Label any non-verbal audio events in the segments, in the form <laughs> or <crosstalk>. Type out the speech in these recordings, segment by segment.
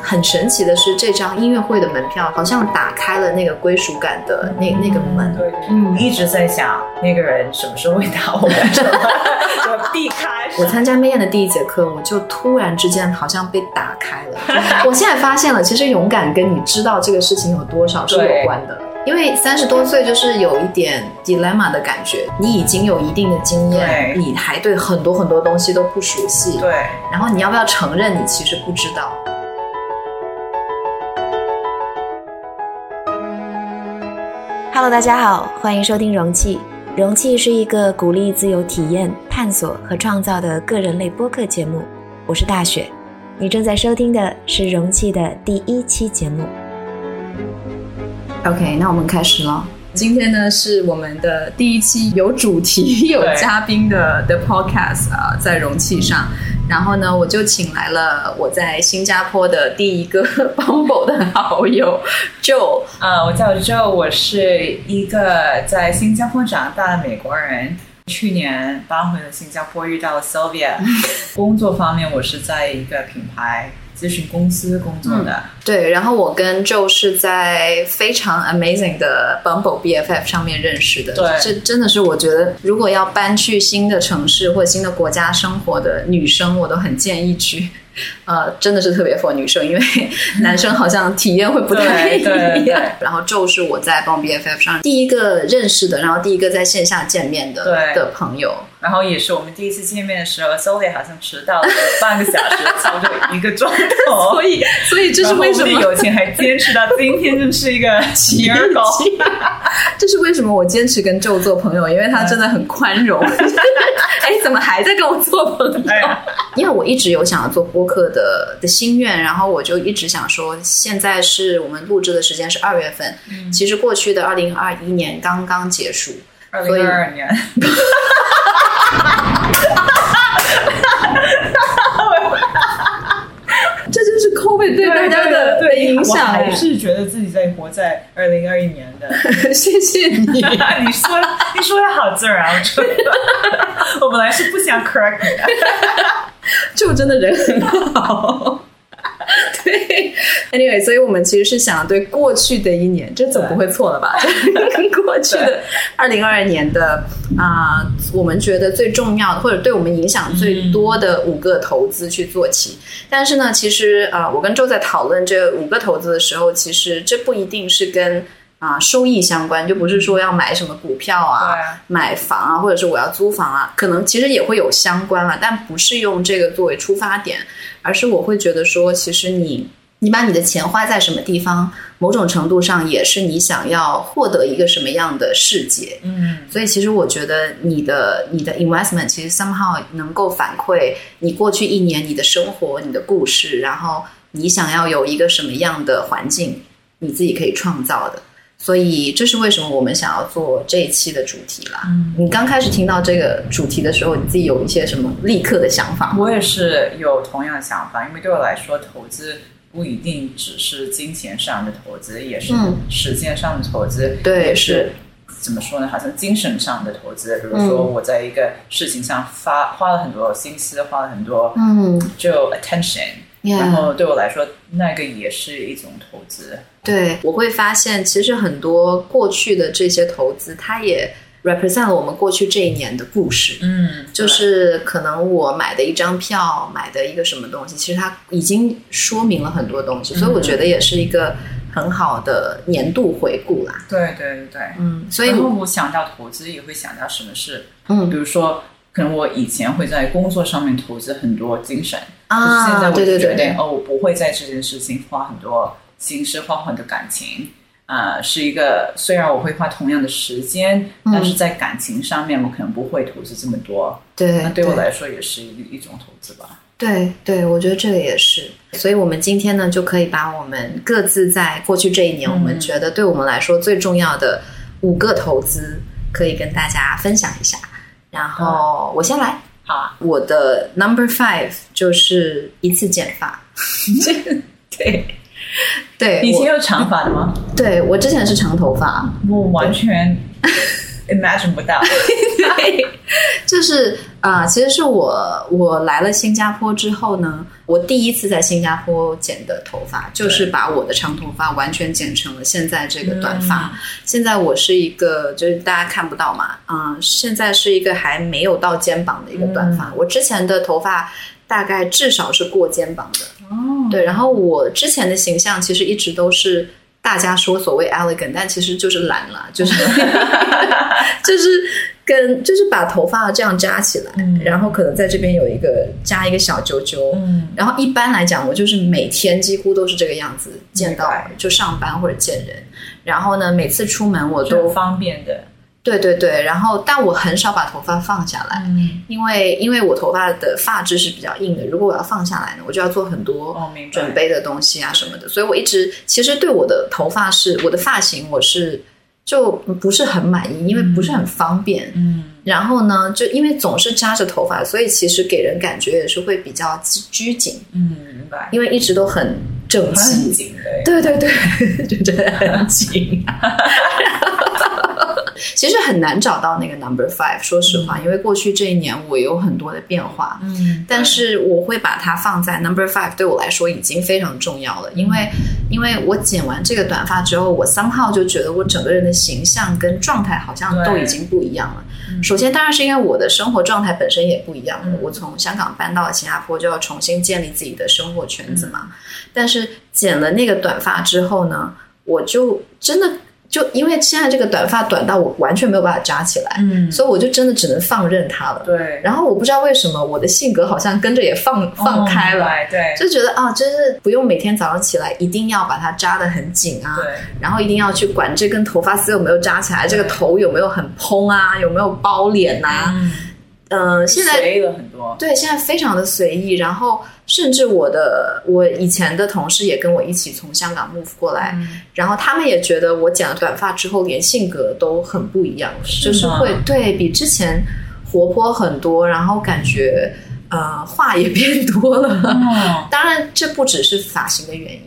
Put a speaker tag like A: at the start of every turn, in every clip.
A: 很神奇的是，这张音乐会的门票好像打开了那个归属感的那那个门。
B: 对，
A: 嗯
B: 一直在想那个人什么时候会打我们，什么 <laughs> 就避开。
A: 我参加媚艳的第一节课，我就突然之间好像被打开了。 <laughs> 我现在发现了，其实勇敢跟你知道这个事情有多少是有关的。因为三十多岁就是有一点 dilemma 的感觉，你已经有一定的经验
B: 对，
A: 你还对很多很多东西都不熟悉，
B: 对，
A: 然后你要不要承认你其实不知道？
C: Hello，大家好，欢迎收听容器。容器是一个鼓励自由体验、探索和创造的个人类播客节目。我是大雪，你正在收听的是容器的第一期节目。
A: OK，那我们开始了。今天呢是我们的第一期有主题、有嘉宾的的 podcast 啊、在容器上。然后呢，我就请来了我在新加坡的第一个 <laughs> Bumble 的好友 Joe。
B: 呃，我叫 Joe，我是一个在新加坡长大的美国人。去年搬回了新加坡，遇到了 <laughs> Sylvia。工作方面，我是在一个品牌咨询公司工作的。
A: 对，然后我跟 Joe 是在非常 amazing 的 Bumble BFF 上面认识的。
B: 对
A: 这真的是我觉得，如果要搬去新的城市或者新的国家生活的女生，我都很建议去。 <laughs> 呃，真的是特别 for 女生，因为男生好像体验会不太一
B: 对对对
A: 样。然后 Joe 是我在 Bumble BFF 上第一个认识的，然后第一个在线下见面的
B: 对
A: 的朋友。
B: 然后也是我们第一次见面的时候，Sylvia 好像迟到了半个小时，差不多一个钟 <laughs> 头。
A: 所以，所以这是
B: 然后
A: 为什
B: 我们
A: 么
B: 的友情还坚持到今天，真是一 <laughs> 个 miracle。
A: <laughs> 这是为什么我坚持跟舅做朋友，因为他真的很宽 <laughs> 容。哎，怎么还在跟我做朋友？
B: 哎呀，
A: 因为我一直有想要做播客的的心愿，然后我就一直想说，现在是我们录制的时间是二月份，其实过去的二零二一年刚刚结束，
B: 二
A: 所以
B: 零二二年，
A: 这就是 COVID 对大家的的影
B: 我
A: 响。
B: 还是觉得自己在活在二零二一年的。
A: <laughs> 谢谢你。
B: 你说，你说的好自然，我觉得我本来是不想 correct 你的。
A: 就真的人很好。 <laughs> 对，anyway，所以我们其实是想对过去的一年，这总不会错了吧？跟 <laughs> 过去的二零二二年的啊、我们觉得最重要的，或者对我们影响最多的五个投资去做起。但是呢，其实啊、呃我跟周在讨论这五个投资的时候，其实这不一定是跟啊、收益相关，就不是说要买什么股票啊，
B: 对啊
A: 买房啊，或者是我要租房啊，可能其实也会有相关了，但不是用这个作为出发点，而是我会觉得说，其实你你把你的钱花在什么地方，某种程度上也是你想要获得一个什么样的世界。
B: 嗯，
A: 所以其实我觉得你的你的 investment 其实 somehow 能够反馈你过去一年你的生活、你的故事，然后你想要有一个什么样的环境，你自己可以创造的。所以这是为什么我们想要做这一期的主题啦。
B: 嗯
A: 你刚开始听到这个主题的时候，你自己有一些什么立刻的想法吗？
B: 我也是有同样的想法，因为对我来说，投资不一定只是金钱上的投资，也是
A: 嗯
B: 时间上的投资，
A: 对
B: 也是怎么说呢？好像精神上的投资，比如说我在一个事情上发花了很多心思，花了很多
A: 嗯
B: 就 attention，、
A: Yeah
B: 然后对我来说，那个也是一种投资。
A: 对，我会发现其实很多过去的这些投资，它也 represent 了我们过去这一年的故事。
B: 嗯，
A: 就是可能我买的一张票，买的一个什么东西，其实它已经说明了很多东西，
B: 嗯
A: 所以我觉得也是一个很好的年度回顾啦。
B: 对对对对。
A: 嗯，所以
B: 然后我想到投资，也会想到什么事，比
A: 嗯
B: 如说，可能我以前会在工作上面投资很多精神，可是现在
A: 啊，
B: 我
A: 对
B: 就
A: 对
B: 决
A: 对
B: 定
A: 对，
B: 哦，我不会在这件事情花很多心思，花很多感情。啊，是一个虽然我会花同样的时间，
A: 嗯
B: 但是在感情上面我可能不会投资这么多。
A: 对
B: 那对我来说也是一一种投资吧。
A: 对对，我觉得这个也是，所以我们今天呢，就可以把我们各自在过去这一年，我
B: 嗯
A: 们觉得对我们来说最重要的五个投资，可以跟大家分享一下。然
B: 嗯
A: 后我先来，
B: 好啊，
A: 我的 number five 就是一次剪发。 <laughs>
B: 对，
A: 对，
B: 以前
A: 我
B: 有长发的吗？
A: <laughs> 对我之前是长头发，
B: 我完全 imagine 不到。
A: 对， <laughs> 就是啊、呃其实是我我来了新加坡之后呢，我第一次在新加坡剪的头发，就是把我的长头发完全剪成了现在这个短发。
B: 嗯
A: 现在我是一个，就是大家看不到嘛，啊、现在是一个还没有到肩膀的一个
B: 嗯
A: 短发。我之前的头发大概至少是过肩膀的，
B: 哦，
A: 对，然后我之前的形象其实一直都是大家说所谓 elegant，但其实就是懒啦，
B: <laughs>
A: 就是就是跟就是把头发这样扎起来，
B: 嗯
A: 然后可能在这边有一个扎一个小揪揪。
B: 嗯，
A: 然后一般来讲，我就是每天几乎都是这个样子，见到
B: 明白
A: 就上班或者见人。然后呢，每次出门我
B: 都
A: 都
B: 方便的。
A: 对对对，然后但我很少把头发放下来，
B: 嗯，
A: 因为因为我头发的发质是比较硬的，如果我要放下来呢，我就要做很多
B: 哦，明白。
A: 准备的东西啊什么的，所以我一直其实对我的头发是我的发型，我是就不是很满意，因为不是很方便。
B: 嗯，
A: 然后呢，就因为总是扎着头发，所以其实给人感觉也是会比较拘谨，
B: 嗯嗯，明白。
A: 因为一直都很整
B: 很
A: 齐。
B: 紧的。
A: 对对对， <laughs> 就真的很紧。 <laughs> 其实很难找到那个 number five，说实话，因为过去这一年我有很多的变化，
B: 嗯，
A: 但是我会把它放在 number five，对我来说已经非常重要了，因为因为我剪完这个短发之后，我三号就觉得我整个人的形象跟状态好像都
B: 对
A: 已经不一样了。
B: 嗯
A: 首先，当然是因为我的生活状态本身也不一样了。
B: 嗯
A: 我从香港搬到新加坡，就要重新建立自己的生活圈子
B: 嗯
A: 嘛。但是剪了那个短发之后呢，我就真的就因为现在这个短发短到我完全没有办法扎起来，
B: 嗯，
A: 所以我就真的只能放任它了。
B: 对，
A: 然后我不知道为什么我的性格好像跟着也放嗯放开了，
B: 哦，明白对，
A: 就觉得啊，就是不用每天早上起来一定要把它扎得很紧啊，
B: 对，
A: 然后一定要去管这根头发丝有没有扎起来，这个头有没有很蓬啊，有没有包脸呐、啊？
B: 嗯，
A: 嗯、现在
B: 随意了很多。
A: 对，现在非常的随意。然后，甚至我的我以前的同事也跟我一起从香港 move 过来，
B: 嗯
A: 然后他们也觉得我剪了短发之后，连性格都很不一样了，
B: 是
A: 就是
B: 吗
A: 会对比之前活泼很多，然后感觉呃话也变多了。
B: 哦，
A: <laughs> 当然，这不只是发型的原因。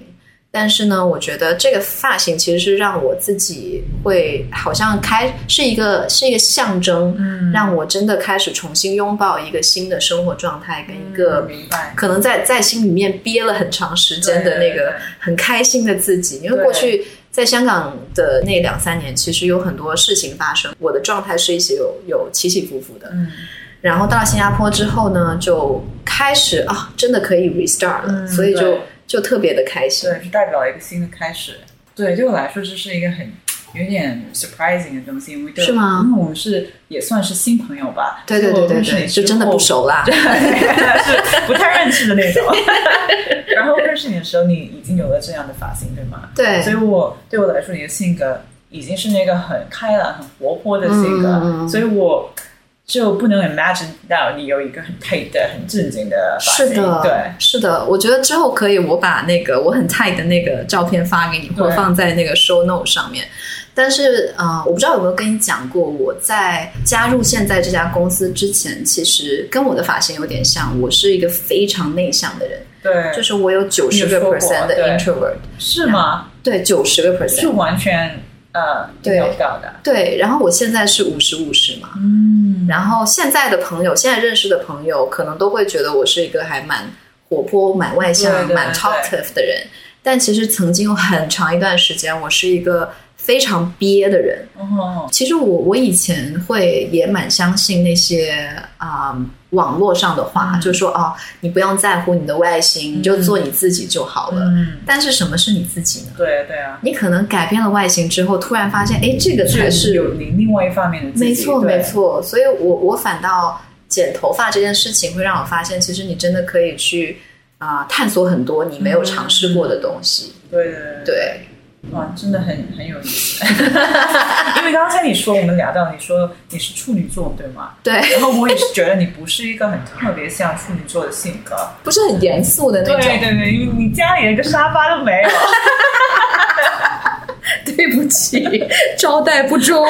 A: 但是呢，我觉得这个发型其实是让我自己会好像开是一个是一个象征，
B: 嗯
A: 让我真的开始重新拥抱一个新的生活状态，跟一个、
B: 嗯明白。
A: 可能在在心里面憋了很长时间的那
B: 对对
A: 个
B: 对
A: 很开心的自己，因为
B: 对
A: 过去在香港的那两三年，其实有很多事情发生，我的状态是一些有有起起伏伏的。
B: 嗯，
A: 然后到了新加坡之后呢，就开始啊，真的可以 restart 了，
B: 嗯
A: 所以就
B: 对
A: 就特别的开心。
B: 对，是代表了一个新的开始。对，对我来说，这是一个很有点 surprising 的东西，因为对
A: 是吗
B: 因为我们是也算是新朋友吧，
A: 对对
B: 所以
A: 对
B: 我
A: 对
B: 认识
A: 对，
B: 你
A: 就
B: 之
A: 真的
B: 后
A: 不，熟啦。
B: <laughs> 是不太认识
A: <laughs>
B: 的那种。然后认识你的时候，你已经有了这样的发型，对吗？
A: 对
B: 所以我对我来说，你的性格已经是那个很开朗、很活泼的性格，
A: 嗯嗯嗯
B: 所以我就不能 imagine 到你有一个很配的、很正经的发型。
A: 是的，
B: 对，
A: 是的，我觉得之后可以，我把那个我很 tight 的那个照片发给你，或者
B: 对
A: 放在那个 show note 上面。但是，呃，我不知道有没有跟你讲过，我在加入现在这家公司之前，其实跟我的发型有点像。我是一个非常内向的人，
B: 对，
A: 就是我有九十
B: 你
A: 个
B: 有说过
A: percent 的
B: 对
A: introvert，
B: 是吗？
A: 对，九十个
B: 是
A: percent，
B: 完全呃
A: 对
B: 料不到的。
A: 对。然后我现在是五十五十嘛，
B: 嗯
A: 然后现在的朋友，现在认识的朋友，可能都会觉得我是一个还蛮活泼、蛮外向、
B: 对对对
A: 蛮 talkative 的人。但其实曾经有很长一段时间，我是一个非常憋的人。
B: 哦，
A: 其实我我以前会也蛮相信那些啊、网络上的话，
B: 嗯
A: 就说哦，你不用在乎你的外形，你就做你自己就好了。
B: 嗯，
A: 但是什么是你自己呢？
B: 对对啊，
A: 你可能改变了外形之后，突然发现，哎，这个才是
B: 有你另外一方面的自己，
A: 没错，
B: 对
A: 没，错。所以我我反倒剪头发这件事情会让我发现，其实你真的可以去啊、探索很多你没
B: 嗯
A: 有尝试过的东西。
B: 对对对
A: 对，
B: 哇，真的很很有意思。 <laughs> 因为刚才你说我们聊到，你说你是处女座对吗？
A: 对， <laughs>
B: 然后我也是觉得你不是一个很特别像处女座的性格，
A: 不是很严肃的那
B: 对
A: 种。
B: 对对，你你家里连个沙发都没有，
A: <laughs> 对不起，招待不周。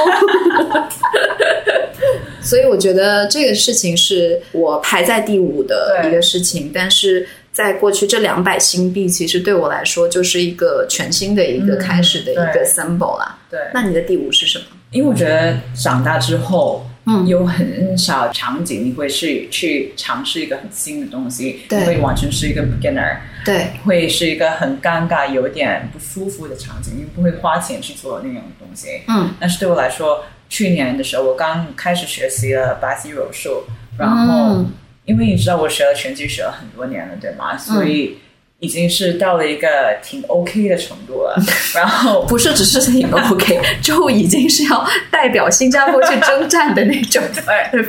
A: <laughs> 所以我觉得这个事情是我排在第五的
B: 对
A: 一个事情，但是在过去这两百新币，其实对我来说就是一个全新的一个
B: 嗯
A: 开始的一个
B: 对
A: symbol 啦。
B: <laughs> 对，
A: 那你的第五是什么？
B: 因为我觉得长大之后，
A: 嗯
B: 有很少场景你会去去尝试一个很新的东西，
A: 对
B: 你会完全是一个 beginner，
A: 对
B: 会是一个很尴尬、有点不舒服的场景，因为不会花钱去做那种东西。
A: 嗯，
B: 但是对我来说，去年的时候我刚开始学习了巴西柔术，然后、
A: 嗯
B: 因为你知道我学了拳击学了很多年了，对吗？所以已经是到了一个挺 OK 的程度了。然后
A: 不是只是挺 <laughs> OK，就已经是要代表新加坡去征战的那 <laughs> 种，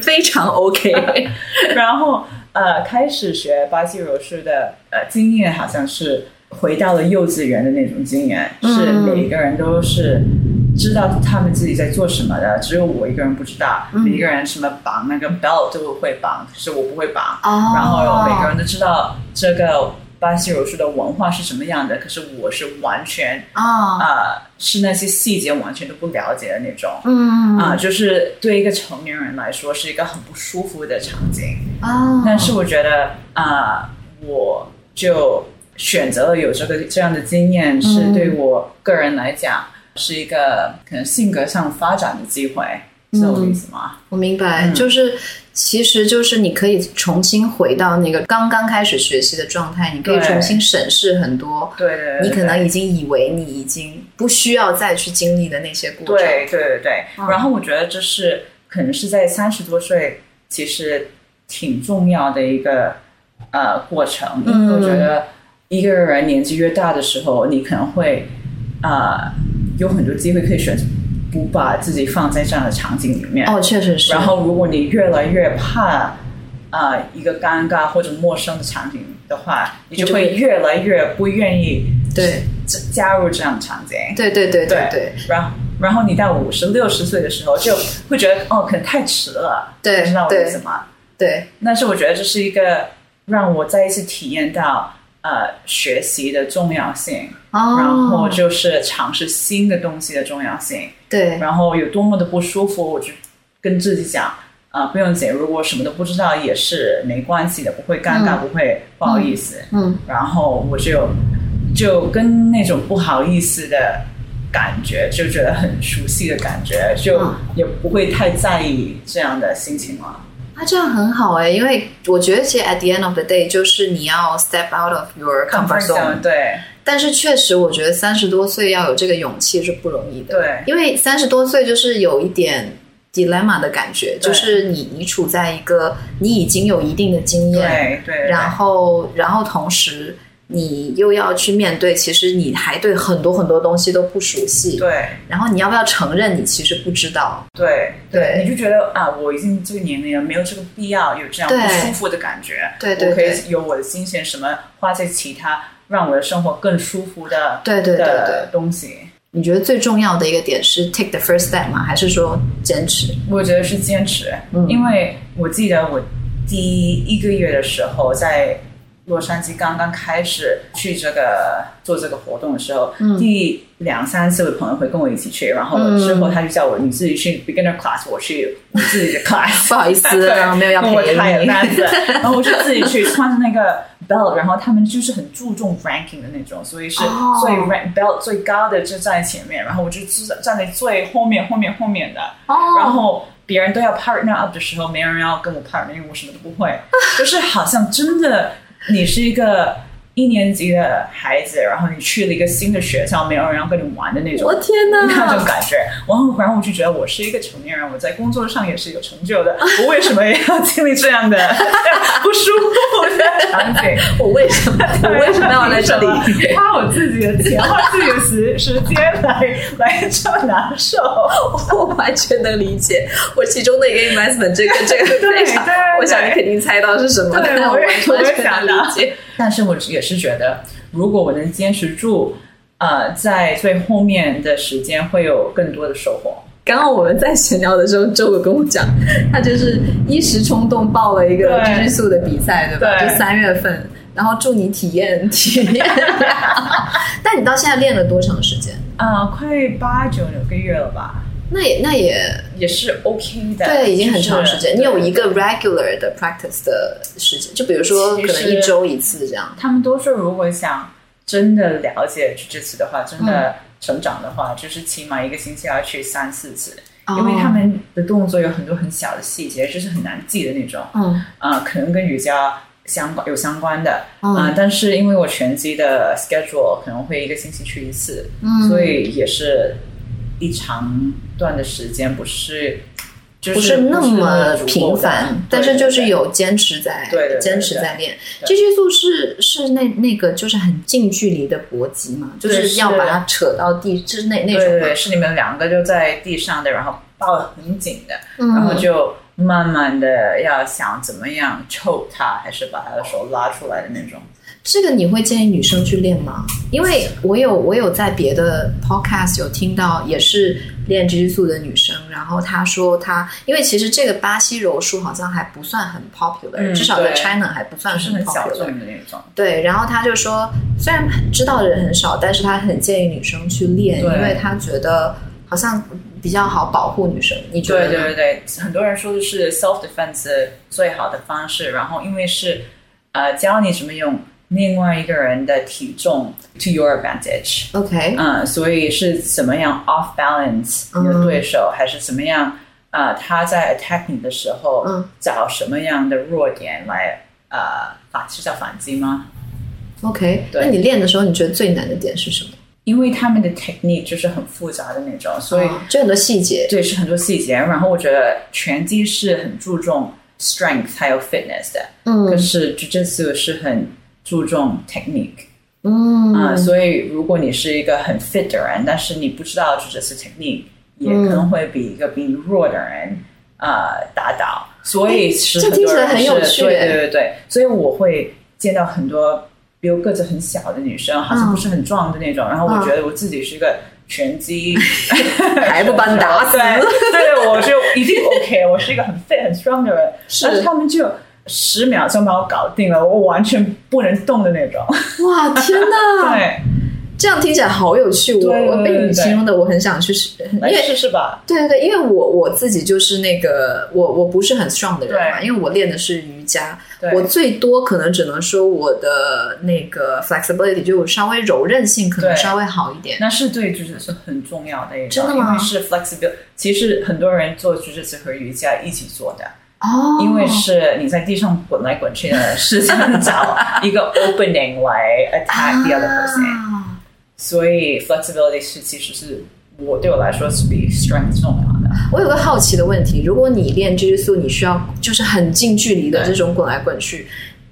A: 非常 OK。
B: 然后呃，开始学巴西柔术的呃经验好像是回到了幼稚园的那种经验，是
A: 嗯
B: 每一个人都是。知道他们自己在做什么的，只有我一个人不知道。每一个人什么绑那个 belt 都会绑，可是我不会绑。
A: 哦
B: 然后每个人都知道这个巴西柔术的文化是什么样的，可是我是完全
A: 啊，
B: 呃，是那些细节完全都不了解的那种。
A: 嗯
B: 啊、就是对一个成年人来说是一个很不舒服的场景，
A: 啊
B: 但是我觉得啊、我就选择了有这个这样的经验，
A: 嗯
B: 是对我个人来讲是一个可能性格上发展的机会，知道我
A: 嗯
B: 的意思吗？
A: 我明白，
B: 嗯
A: 就是其实就是你可以重新回到那个刚刚开始学习的状态，你可以
B: 对
A: 重新审视很多
B: 对对对
A: 你
B: 对
A: 可能已经以为你已经不需要再去经历的那些过程。
B: 对对对对，
A: 嗯
B: 然后我觉得这是可能是在三十多岁，其实挺重要的一个呃过程，因
A: 嗯
B: 为我觉得一个人年纪越大的时候，你可能会呃有很多机会可以选择不把自己放在这样的场景里面。
A: 哦，确实是。
B: 然后如果你越来越怕呃一个尴尬或者陌生的场景的话，你
A: 你
B: 就
A: 就会
B: 会越来越不愿意
A: 对
B: 加加入这样的场景。
A: 对对对对
B: 对
A: 对，
B: 然后然后你到五十六十岁的时候，就会觉得哦，可能太迟了，
A: 对
B: 你知道我的
A: 对
B: 意思吗？
A: 对，
B: 但是我觉得这是一个让我再一次体验到呃学习的重要性，
A: 哦，
B: 然后就是尝试新的东西的重要性，
A: 对
B: 然后有多么的不舒服，我就跟自己讲。啊、不用紧，如果什么都不知道也是没关系的，不会尴尬，
A: 嗯
B: 不会不好意思。
A: 嗯
B: 然后我就就跟那种不好意思的感觉，就觉得很熟悉的感觉，就
A: 嗯
B: 也不会太在意这样的心情了。
A: 那这样很好哎、因为我觉得其实 at the end of the day 就是你要 step out of your comfort zone，
B: 对
A: 但是确实我觉得三十多岁要有这个勇气是不容易的，
B: 对
A: 因为三十多岁就是有一点 dilemma 的感觉，就是你你处在一个你已经有一定的经验，
B: 对对，
A: 然后然后同时你又要去面对，其实你还对很多很多东西都不熟悉，
B: 对
A: 然后你要不要承认你其实不知道？
B: 对
A: 对
B: 你就觉得啊，我已经这个年龄了，没有这个必要有这样
A: 对
B: 不舒服的感觉。
A: 对对
B: 我可
A: 对
B: 以有我的金钱，什么花在其他让我的生活更舒服的
A: 对对对
B: 的东西。
A: 你觉得最重要的一个点是 take the first step 吗？还是说坚
B: <laughs>
A: 持？
B: 我觉得是坚持，
A: 嗯
B: 因为我记得我第一个月的时候，在洛杉矶刚刚开始去这个做这个活动的时候，
A: 嗯
B: 第两三次我朋友会跟我一起去，然后
A: 嗯
B: 之后他就叫我你自己去 beginner class，我去我自己的 class，
A: 不好意思
B: 对
A: 没有要陪你
B: 我太
A: <laughs>
B: 有担子，然后我就自己去穿着那个 belt，然后他们就是很注重 ranking 的那种，所以是
A: 哦
B: 最 rank belt 最高的就站在前面，然后我就站站在最后面后面后面的，
A: 哦，
B: 然后别人都要 partner up 的时候，没有人要跟我 partner，因为我什么都
A: <laughs>
B: 不会，就是好像真的你是一个一年级的孩子，然后你去了一个新的学校，没有人要跟你玩的那种
A: 我。天哪，
B: 那种感觉，然后然后我就觉得我是一个成年人，我在工作上也是有成就的，我为什么要经历这样的 <laughs> 不舒服的场景？
A: 我为什
B: <laughs>
A: 么？我为什么要来这里？
B: 花我自己的钱，花自己的时时间来来这么难受？
A: <laughs> 我完全能理解，我其中的一个 investment，这个这个非常，
B: <laughs> 对对
A: 我想你肯定猜到是什么，
B: 对
A: 但
B: 我
A: 完
B: 也
A: 全
B: 我也
A: 能
B: 想
A: 理
B: 到
A: 解。
B: 但是我也是觉得，如果我能坚持住，呃，在最后面的时间会有更多的收获。
A: 刚刚我们在闲聊的时候，周有跟我讲，他就是一时冲动报了一个
B: 对
A: 追溯的比赛，对吧？
B: 对
A: 就三月份，然后祝你体验体
B: <laughs>
A: 验。但你到现在练了多长时间？
B: 啊、快八九九个月了吧，
A: 那也那也
B: 也是 OK 的。
A: 对，已经很
B: 就是
A: 长时间。你有一个 regular 的 practice 的时间，就比如说
B: 其
A: 可能
B: 实
A: 一周一次这样。
B: 他们都说，如果想真的
A: 嗯
B: 了解 j u 的话，真的成长的话，就是起码一个星期要去三四次。
A: 哦
B: 因为他们的动作有很多很小的细节，就是很难记的那种。
A: 嗯
B: 啊、可能跟瑜伽相关有相关的啊、
A: 嗯
B: 但是因为我拳击的 schedule 可能会一个星期去一次，
A: 嗯
B: 所以也是一长段的时间，不是就
A: 不
B: 是
A: 是那么
B: 足够的
A: 频繁，但是就是有坚持在，
B: 对对对对
A: 坚持在练。
B: 对
A: 这些素是是那那个就是很近距离的搏击嘛，就
B: 对
A: 是
B: 是
A: 要把它扯到地，就是那那
B: 对
A: 种
B: 对对
A: 嘛
B: 对，是你们两个就在地上的，然后抱得很紧的，
A: 嗯
B: 然后就慢慢的要想怎么样抽他，还是把他的手拉出来的那种。
A: 这个你会建议女生去练吗？因为我有我有在别的 podcast 有听到，也是练激素的女生，然后她说她，因为其实这个巴西柔术好像还不算很 popular，、
B: 嗯
A: 至少在
B: 对
A: China 还不算
B: 但是很小
A: popular
B: 众。的那种，
A: 对，然后他就说，虽然知道的人很少，但是他很建议女生去练，因
B: 对
A: 为他觉得好像比较好保护女生。你觉得
B: 对
A: 呢？
B: 对对对，很多人说的是 self defense 最好的方式，然后因为是呃教你怎么用另外一个人的体重 to your advantage，
A: OK，
B: 嗯，所以是怎么样 off balance
A: 嗯
B: 你的对手，还是怎么样啊、呃他在 attack 你的时候，
A: 嗯
B: 找什么样的弱点来呃反是叫反击吗？
A: OK，
B: 对
A: 那你练的时候，你觉得最难的点是什么？
B: 因为他们的 technique 就是很复杂的那种，所以、
A: 哦就很多细节。
B: 对，是很多细节。然后我觉得拳击是很注重 strength 还有 fitness 的，可
A: 嗯
B: 是 jujitsu 是很注重 technique <laughs>
A: 嗯
B: 啊、所以如果你是一个很 fit 的人，但是你不知道 jujitsu technique，也
A: 嗯
B: 可能会比一个比你弱的人啊、呃打倒。所以是
A: 这
B: 很
A: 听
B: 多
A: 起来
B: 人
A: 很有趣
B: 是对
A: 哎
B: 对对对，所以我会见到很多，比如个子很小的女生，好像不是很壮的那种，然后我
A: 嗯
B: 觉得我自己是一个
A: <laughs>
B: 拳击。
A: 还不把你打啊死？
B: 对对，我就一定 OK，我是一个很 fit 很 strong 的人，
A: 是
B: 但是他们就十秒钟把我搞定了，我完全不能动的那种。
A: <laughs> 哇，天哪！
B: 对，
A: 这样听起来好有趣，我
B: 对对对
A: 我被你
B: 对
A: 形容的，我很想去试，因
B: 来
A: 为
B: 试试吧。
A: 对对对，因为我我自己就是那个我我不是很 strong 的人嘛，
B: 对
A: 因为我练的是瑜伽，
B: 对
A: 我最多可能只能说我的那个 flexibility，就我稍微柔韧性可能
B: 对
A: 稍微好一点。
B: 那是对就是是很重要的一种，
A: 真的吗
B: 因为是 flexible。其实很多人做就是词和瑜伽一起做的，
A: 哦，
B: 因为是你在地上滚来滚去的，是想找 <laughs> 一个 opening 来 attack the other person。
A: 啊
B: 所以 flexibility 是其实是我对我来说是比 strength 重要的。
A: 我有个好奇的问题，如果你练技术，你需要就是很近距离的
B: 对
A: 这种滚来滚去，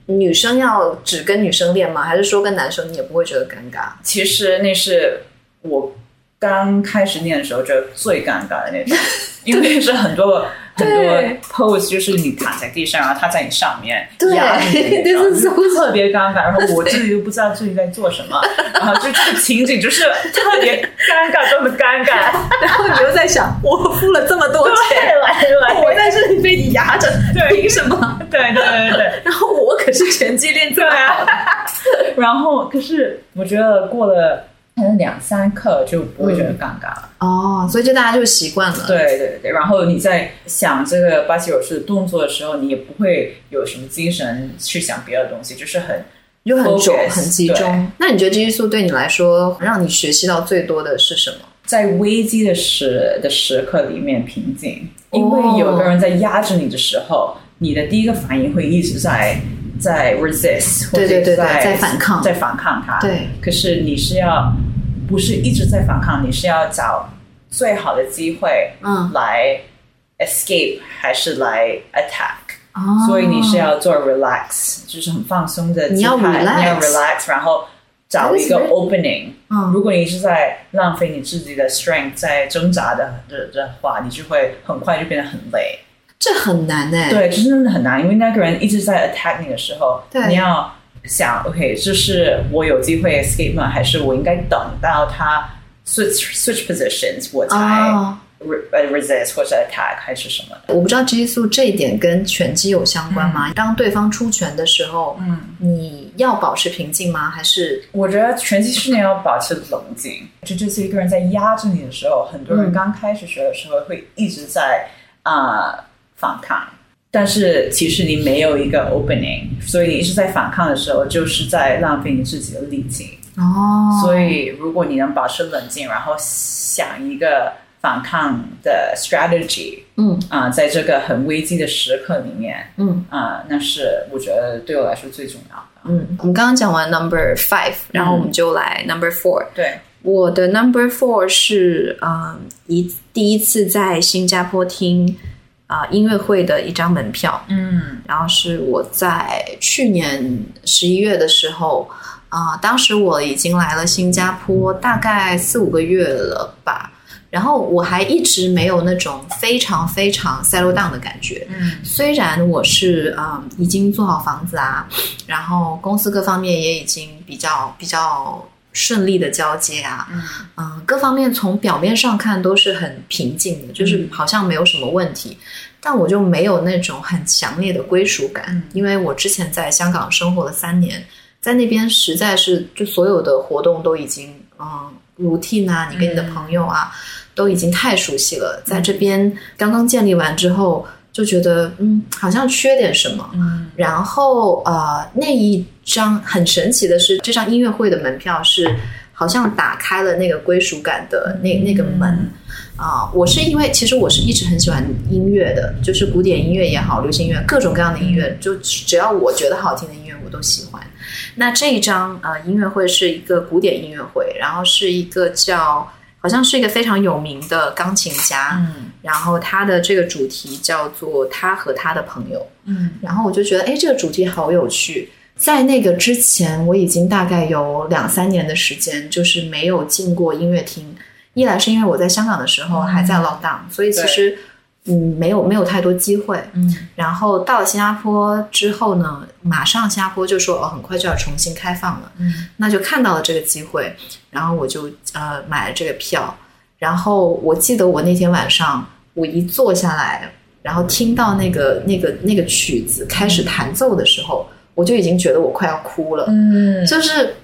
A: 女生要只跟女生练吗？还是说跟男生你也不会觉得尴尬？ <laughs>
B: 其实那是我刚开始念的时候觉得最尴尬的那 <laughs> 种，因为是很多很多
A: 对
B: pose，就是你躺在地上，然后他在你上面
A: 对
B: 压你的
A: This is
B: 那
A: so
B: 种， <laughs> 就是特别尴尬。然 <laughs> 后我自己都不知道自己在做什么，然后就这个情景就是特别尴尬，这么尴 <laughs> 尬。
A: 然后你就在想，我付了这么多
B: 对，
A: 钱，
B: 来来，
A: 我在这里被你压着，
B: 对
A: 凭什么？ <laughs>
B: 对对对对。
A: 然后我可是拳击练这
B: 对
A: 么好的，
B: 啊， <laughs> 然后可是我觉得过了可能两三课就不会觉得尴尬了。
A: 哦，所以就大家就习惯了。
B: 对对对，然后你在想这个巴西柔术的动作的时候，你也不会有什么精神去想别的东西，就是很
A: 就很重、
B: focus，
A: 很集
B: 对。
A: 中。那你觉得这激素对你来说，让你学习到最多的是什么？
B: 在危机的时的时刻里面平静，
A: 哦
B: 因为有个人在压着你的时候，你的第一个反应会一直在在 resist，或
A: 对
B: 者
A: 对对对
B: 在
A: 在反抗
B: 在反抗他。
A: 对，
B: 可是你是要不是一直在反抗，你是要找最好的机会，
A: 嗯
B: 来 escape 还是来 attack？
A: 哦
B: 所以你是要做 relax，就是很放松的姿态，
A: 你要 relax
B: 你要 relax，然后找一个
A: That is very-
B: opening。
A: 嗯
B: 如果你是在浪费你自己的 strength 在挣扎的的的话，你就会很快就变得很累。
A: 这很难哎、
B: 对，就是真的很难，因为那个人一直在 attack 你的时候
A: 对，
B: 你要想 OK，这是我有机会 escape 吗？还是我应该等到他 switch switch positions 我才
A: 哦
B: re- 呃 resist 或者 attack 还是什么的？
A: 我不知道激素这一点跟拳击有相关吗？当对方出拳的时候，
B: 嗯。
A: 你要保持平静吗？还是
B: 我觉得拳击训练要保持冷静，就这次一个人在压着你的时候，很多人
A: 嗯
B: 刚开始学的时候会一直在啊、呃反抗，但是其实你没有一个 opening，所以你一直在反抗的时候，就是在浪费你自己的力气。
A: 哦
B: 所以如果你能保持冷静，然后想一个反抗的 strategy
A: 嗯
B: 啊、在这个很危机的时刻里面
A: 嗯
B: 啊、那是我觉得对我来说最重要的。
A: 嗯，我们刚刚讲完 number five，然
B: 嗯
A: 后我们就来 number four。
B: 对，
A: 我的 number four 是嗯一第一次在新加坡听啊、音乐会的一张门票，
B: 嗯
A: 然后是我在去年十一月的时候，啊、当时我已经来了新加坡大概四五个月了吧，然后我还一直没有那种非常非常 settle down 的感觉。
B: 嗯
A: 虽然我是嗯已经做好房子啊，然后公司各方面也已经比较比较顺利的交接啊，
B: 嗯
A: 嗯，各方面从表面上看都是很平静的，就是好像没有什么问题，但我就没有那种很强烈的归属感，
B: 嗯
A: 因为我之前在香港生活了三年，在那边实在是就所有的活动都已经嗯 routine 啊，你跟你的朋友啊、都已经太熟悉了，在这边刚刚建立完之后，就觉得嗯好像缺点什么，
B: 嗯
A: 然后呃，那一张很神奇的是，这张音乐会的门票是好像打开了那个归属感的那
B: 嗯
A: 那个门啊、我是因为其实我是一直很喜欢音乐的，就是古典音乐也好，流行音乐各种各样的音乐，就只要我觉得好听的音乐我都喜欢。那这一张呃音乐会是一个古典音乐会，然后是一个叫好像是一个非常有名的钢琴家，
B: 嗯
A: 然后他的这个主题叫做他和他的朋友。
B: 嗯
A: 然后我就觉得，哎，这个主题好有趣。在那个之前，我已经大概有两三年的时间，就是没有进过音乐厅。一来是因为我在香港的时候
B: 嗯
A: 还在 lockdown，、所以其实嗯没有没有太多机会。
B: 嗯
A: 然后到了新加坡之后呢，马上新加坡就说哦，很快就要重新开放了，
B: 嗯
A: 那就看到了这个机会，然后我就呃买了这个票。然后我记得我那天晚上，我一坐下来，然后听到那个那个那个曲子开始弹奏的时候，我就已经觉得我快要哭了。
B: 嗯，
A: 就是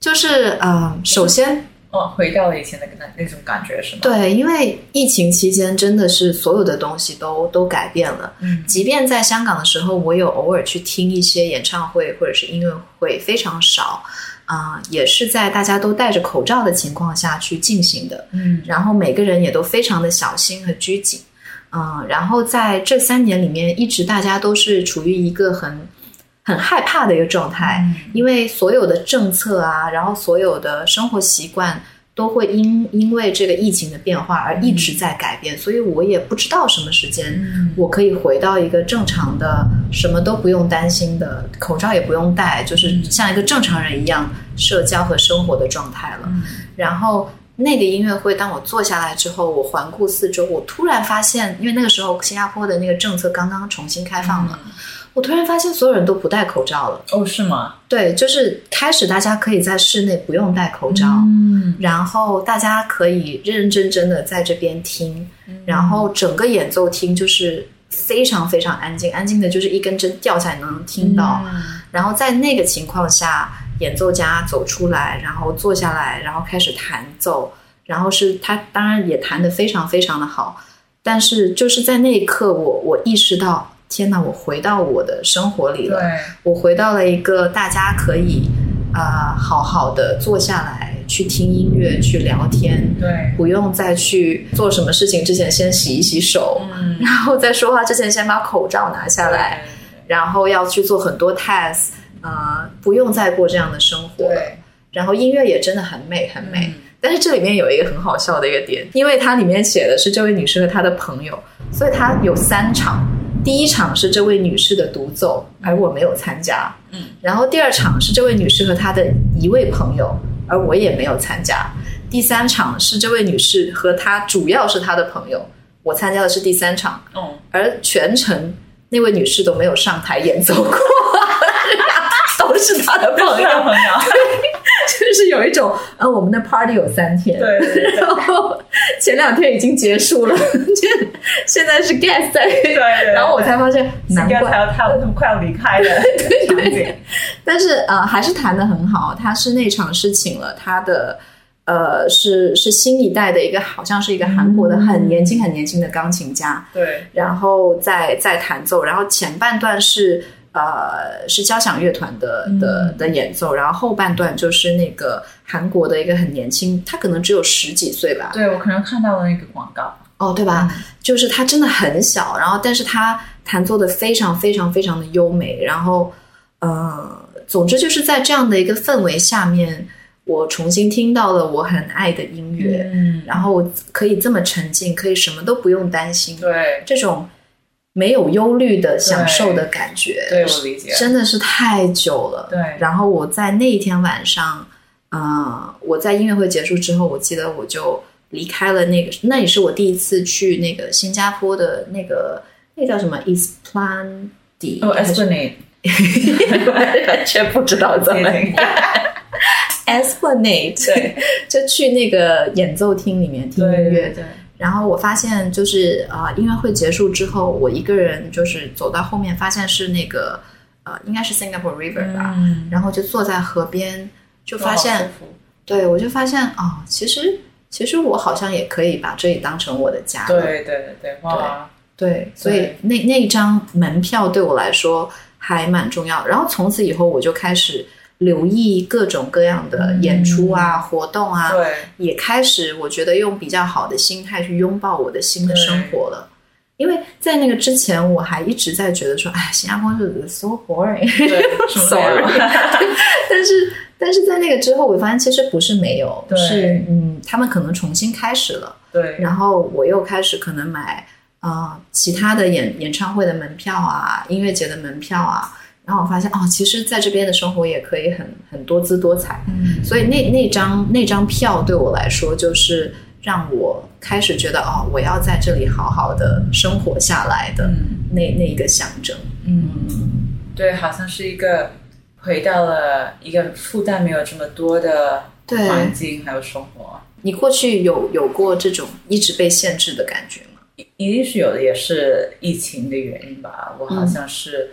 A: 就是呃，首先
B: 哦，回到了以前的那那种感觉是吗？，
A: 对，因为疫情期间真的是所有的东西都都改变了。
B: 嗯
A: 即便在香港的时候，我有偶尔去听一些演唱会或者是音乐会，非常少，啊、也是在大家都戴着口罩的情况下去进行的。
B: 嗯
A: 然后每个人也都非常的小心和拘谨，嗯，然后在这三年里面，一直大家都是处于一个很很害怕的一个状态，
B: 嗯
A: 因为所有的政策啊，然后所有的生活习惯都会因因为这个疫情的变化而一直在改变，所以我也不知道什么时间
B: 嗯
A: 我可以回到一个正常的，什么都不用担心的，口罩也不用戴，就是像一个正常人一样社交和生活的状态了。
B: 嗯
A: 然后那个音乐会，当我坐下来之后，我环顾四周，我突然发现，因为那个时候新加坡的那个政策刚刚重新开放了，我突然发现所有人都不戴口罩了。
B: 哦是吗？
A: 对，就是开始大家可以在室内不用戴口罩，
B: 嗯，
A: 然后大家可以认认真真的在这边听，然后整个演奏厅就是非常非常安静，安静的就是一根针掉下来能听到。
B: 嗯
A: 然后在那个情况下，演奏家走出来，然后坐下来，然后开始弹奏，然后是他当然也弹得非常非常的好，但是就是在那一刻我，我意识到，天哪，我回到我的生活里了，
B: 对，
A: 我回到了一个大家可以呃好好的坐下来去听音乐、去聊天，
B: 对，
A: 不用再去做什么事情之前先洗一洗手，
B: 嗯，
A: 然后在说话之前先把口罩拿下来。然后要去做很多 test，呃，不用再过这样的生活了。
B: 对，
A: 然后音乐也真的很美，很美。
B: 嗯
A: 但是这里面有一个很好笑的一个点，因为它里面写的是这位女士和她的朋友，所以她有三场。第一场是这位女士的独奏，而我没有参加。
B: 嗯，
A: 然后第二场是这位女士和她的一位朋友，而我也没有参加。第三场是这位女士和她主要是她的朋友，我参加的是第三场。
B: 哦，
A: 而全程那位女士都没有上台演奏过，都是她的朋友，
B: 朋友，
A: 就是有一种呃，我们的 party 有三天，
B: 对对对
A: 然后前两天已经结束了，现现在是 guest 在，
B: 对对
A: 然后我才发现难
B: 应该
A: 怪，
B: 他他们快要离开的场景，
A: 但是呃还是弹的很好，她是那场是请了她的。呃，是是新一代的一个，好像是一个韩国的很年轻很年轻的钢琴家，
B: 对，
A: 然后再再弹奏，然后前半段是呃是交响乐团的的的演奏，然后后半段就是那个韩国的一个很年轻，他可能只有十几岁吧，
B: 对我可能看到了那个广告，
A: 哦，对吧？就是他真的很小，然后但是他弹奏的非常非常非常的优美，然后呃，总之就是在这样的一个氛围下面，我重新听到了我很爱的音乐，
B: 嗯，然
A: 然后我可以这么沉浸，可以什么都不用担心
B: 后，对
A: 这种没有忧虑的享受的感觉，
B: 对我理解，
A: 真的是太久了。
B: 对
A: 然后我在那一天晚上，呃，我在音乐会结束之后，我记得我就离开了那个，那也是我第一次去那个新加坡的那个那叫什么 Esplanade，、
B: 哦 e
A: 还
B: s
A: 是
B: p l a n a
A: <laughs> 完全不知道怎么
B: d e
A: Esplanade，
B: 对
A: 就去那个演奏厅里面听音乐
B: <laughs> 对对对，
A: 然后我发现就是呃，音乐会结束之后，我一个人就是走到后面，发现是那个呃，应该是 Singapore River 吧，
B: 嗯，
A: 然后就坐在河边，就发现，对我就发现哦，其实其实我好像也可以把这里当成我的家了，
B: 对对对，哇，
A: 对，所以那那一张门票对我来说还蛮重要。然后从此以后，我就开始留意各种各样的演出啊、活动啊，
B: 嗯对
A: 也开始，我觉得用比较好的心态去拥抱我的新的生活了。因为在那个之前，我还一直在觉得说，哎，新加坡日子 so
B: <laughs>
A: boring。 <laughs>
B: 对，什么都有
A: 但是，但是在那个之后，我发现其实不是没有，
B: 对
A: 是嗯，他们可能重新开始了。
B: <laughs> 对，
A: 然后我又开始可能买呃其他的演演唱会的门票啊，音乐节的门票啊。然后我发现哦，其实在这边的生活也可以很很多姿多彩。
B: 嗯，
A: 所以那那张那张票对我来说，就是让我开始觉得哦，我要在这里好好的生活下来的
B: 嗯
A: 那那一个象征。
B: 嗯，对，好像是一个回到了一个负担没有这么多的
A: 对
B: 环境还有生活，
A: 你过去有有过这种一直被限制的感觉吗？
B: 一定是有的，也是疫情的原因吧。我好
A: 嗯
B: 像是、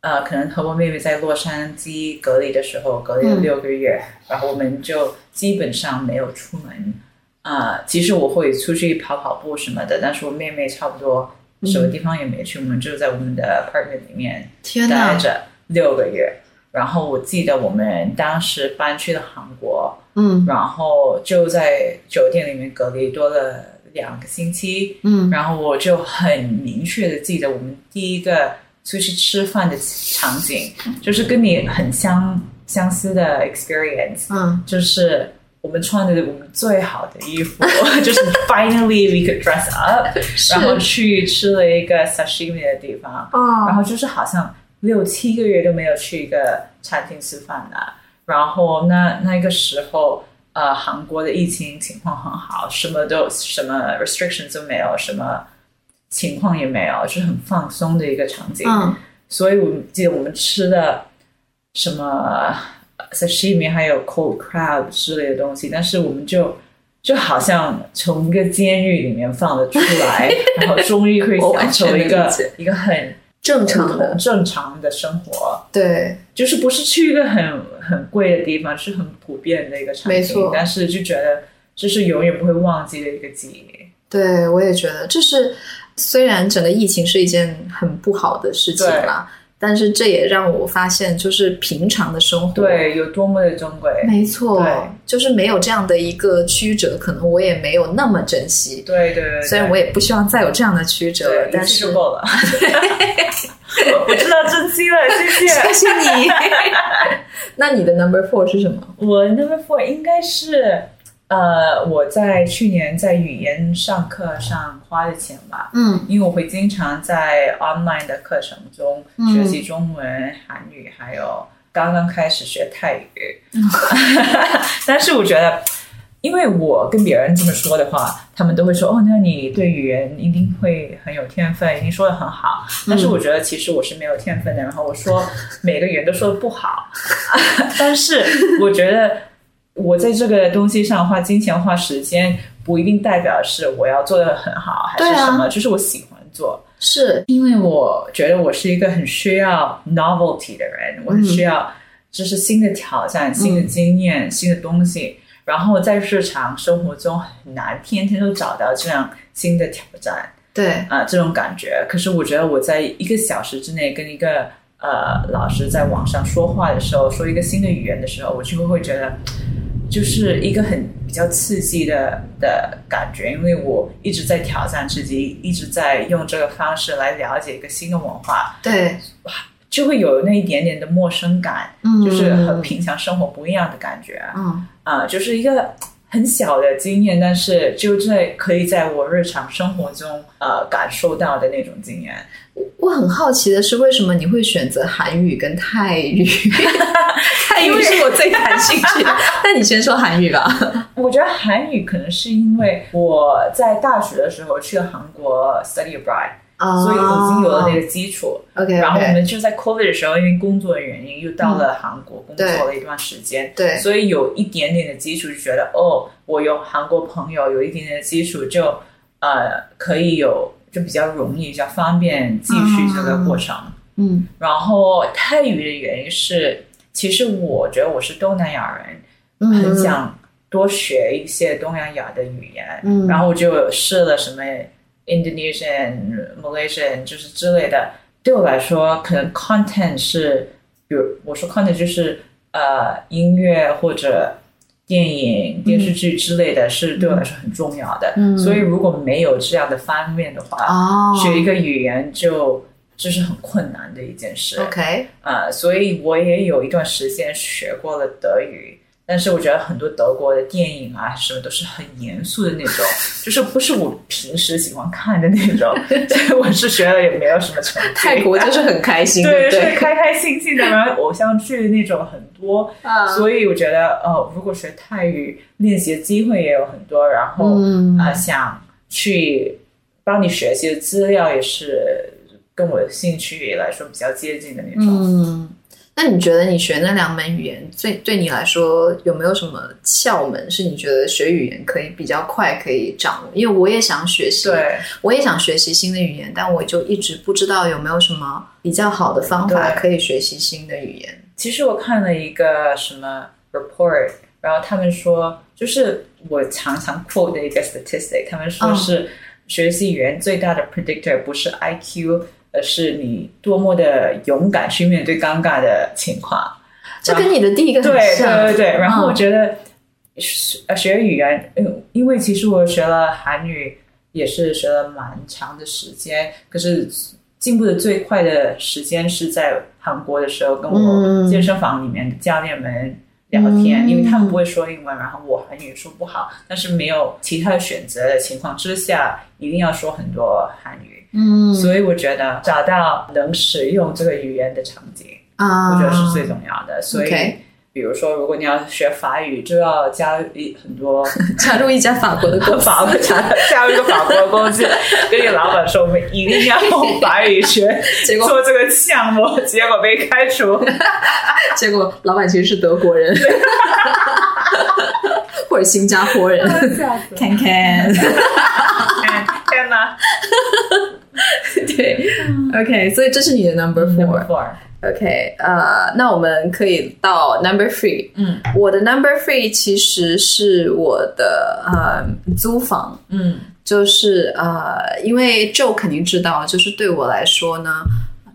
B: 呃，可能和我妹妹在洛杉矶隔离的时候，隔离了
A: 嗯
B: 六个月，然后我们就基本上没有出门。啊、其实我会出去跑跑步什么的，但是我妹妹差不多
A: 嗯
B: 什么地方也没去，我们就在我们的 apartment 里面
A: 天
B: 待
A: 哪！
B: 着六个月。然后我记得我们当时搬去了韩国，
A: 嗯
B: 然后就在酒店里面隔离多了两个星期。
A: 嗯
B: 然后我就很明确的记得我们第一个出去吃饭的场景，就是跟你很相相似的 experience，
A: 嗯，
B: 就是我们穿的我们最好的衣服， <laughs> 就是 finally we could dress up，然后去吃了一个 sashimi 的地方，然
A: 哦，
B: 后就是好像六七个月都没有去一个餐厅吃饭了。然后那那个时候，呃，韩国的疫情情况很好，什么都什么 restrictions 都没有，什么情况也没有，就是很放松的一个场景。
A: 嗯
B: 所以我记得我们吃的什么 sashimi 还有 cold crab 之类的东西，但是我们就就好像从一个监狱里面放了出
A: <laughs>
B: 来，然后终于可以
A: 我完
B: 享受
A: 全
B: 一
A: 能
B: 个
A: 理解
B: 一个很
A: 正常的
B: 正常的生活，
A: 对，
B: 就是不是去一个很很贵的地方，是很普遍的一个场景，
A: 没错
B: 但是就觉得这是永远不会忘记的一个记忆。
A: 对，我也觉得，这是虽然整个疫情是一件很不好的事情
B: 对
A: 啦，但是这也让我发现，就是平常的生活，，
B: 对，有多么的珍贵。
A: 没错
B: 对，
A: 就是没有这样的一个曲折，可能我也没有那么珍惜。
B: 对对对对，
A: 虽然我也不希望再有这样的曲折了
B: 对，，
A: 但
B: 一次
A: 是
B: 就够
A: <laughs>
B: 了。 <laughs> 我知道珍惜了，谢谢。
A: 谢谢你。那你的 number four 是什么？
B: 我 number four 应该是呃，我在去年在语言上课上花的钱吧。
A: 嗯
B: 因为我会经常在 online 的课程中
A: 嗯
B: 学习中文、韩语，还有刚刚开始学泰语。 <laughs> 但是我觉得，因为我跟别人这么说的话，他们都会说：“哦，那你对语言一定会很有天分，一定说的很好。”但是我
A: 嗯
B: 觉得其实我是没有天分的，然后我说每个语言都说的不好。 <laughs> 但是我觉得我在这个东西上花金钱花时间，不一定代表是我要做的很好还
A: 对
B: 是
A: 啊
B: 什么，就是我喜欢做。
A: 是
B: 因为我觉得我是一个很需要 novelty 的人，我很需要就是新的挑战、新的经验、新的东西。然后在日常生活中很难天天都找到这样新的挑战
A: 对，
B: 啊、这种感觉。可是我觉得我在一个小时之内跟一个呃老师在网上说话的时候，说一个新的语言的时候，我就会觉得就是一个很比较刺激的的感觉，因为我一直在挑战自己，一直在用这个方式来了解一个新的文化，
A: 对，
B: 就会有那一点点的陌生感，
A: 嗯
B: 就是和平常生活不一样的感觉。
A: 嗯，
B: 啊、就是一个很小的经验，但是就在可以在我日常生活中呃感受到的那种经验。
A: 我很好奇的是，为什么你会选择韩语跟泰
B: <laughs>
A: 语？泰语是我最感兴趣的，那你先说韩语吧。
B: 我觉得韩语可能是因为我在大学的时候去了韩国 study abroad，、所以
A: 哦
B: 我已经有了那个基础。
A: OK，
B: 然后我们就在 COVID 的时候，因为工作的原因，又到了韩国工作了一段时间，
A: 对
B: 所以有一点点的基础，就觉得哦，我有韩国朋友，有一点点的基础就，呃可以有就比较容易、比较方便继续这个过程。
A: 嗯
B: 然后泰语的原因是，其实我觉得我是东南亚人，
A: 嗯
B: 很想多学一些东南亚的语言，
A: 嗯
B: 然后我就试了什么 Indonesian、Malaysian 就是之类的。对我来说，可能 content 是，比如我说 content 就是呃音乐或者电影、电视剧之类的，是对我来说很重要的。
A: 嗯
B: 所以如果没有这样的方面的话，
A: 哦
B: 学一个语言就这是很困难的一件事。
A: OK，
B: 啊，所以我也有一段时间学过了德语，但是我觉得很多德国的电影啊什么都是很严肃的那
A: <laughs>
B: 种，就是不是我平时喜欢看的那种， <laughs> 所以我是学了也没有什么成绩。
A: 泰国就是很开心，
B: <laughs>
A: 对
B: 对，
A: 不
B: 是
A: 对？
B: 开开心心的，然后偶像剧那种很多，
A: 啊
B: 所以我觉得呃，如果学泰语练习的机会也有很多，然后啊、
A: 嗯
B: 呃想去帮你学习的资料也是跟我的兴趣来说比较接近的那种。
A: 嗯，那你觉得你学那两门语言，最对你来说有没有什么窍门？是你觉得学语言可以比较快可以掌握？因为我也想学习，
B: 对，
A: 我也想学习新的语言，但我就一直不知道有没有什么比较好的方法
B: 对
A: 可以学习新的语言。
B: 其实我看了一个什么 report，然后他们说，就是我常常 quote 的一个 statistic，他们说
A: 嗯
B: 是学习语言最大的 predictor 不是 IQ，而是你多么的勇敢去面对尴尬的情况。
A: 这跟你的第一个
B: 对
A: 很
B: 嗯对
A: 像
B: 对，对，然后我
A: 嗯
B: 觉得学呃学语言，嗯因为其实我学了韩语也是学了蛮长的时间，可是进步的最快的时间是在韩国的时候，跟我
A: 嗯
B: 健身房里面的教练们聊天，
A: 嗯
B: 因为他们不会说英文，然后我韩语说不好，但是没有其他的选择的情况之下，一定要说很多韩语，
A: 嗯
B: 所以我觉得找到能使用这个语言的场景。
A: 啊，
B: 我觉得是最重要的。所以
A: OK
B: 比如说，如果你要学法语，就要加一很多
A: 加入一家法国的公司，
B: <laughs> 法国加加入一个法国的公司，跟你老板说，我们一定要用法语 <laughs> 学
A: 结果
B: 做这个项目，结果被开 <laughs> 除。
A: 结果老板其实是德国人，或者新加坡人。看看，
B: <laughs> 哎天 <laughs> 哪
A: 对，OK，所以
B: 嗯
A: 这是你的 number
B: ！Number
A: four。
B: four，
A: OK，呃，那我们可以到 number three。
B: 嗯
A: 我的 number three 其实是我的呃租房，
B: 嗯
A: 就是呃，因为 Joe 肯定知道，就是对我来说呢，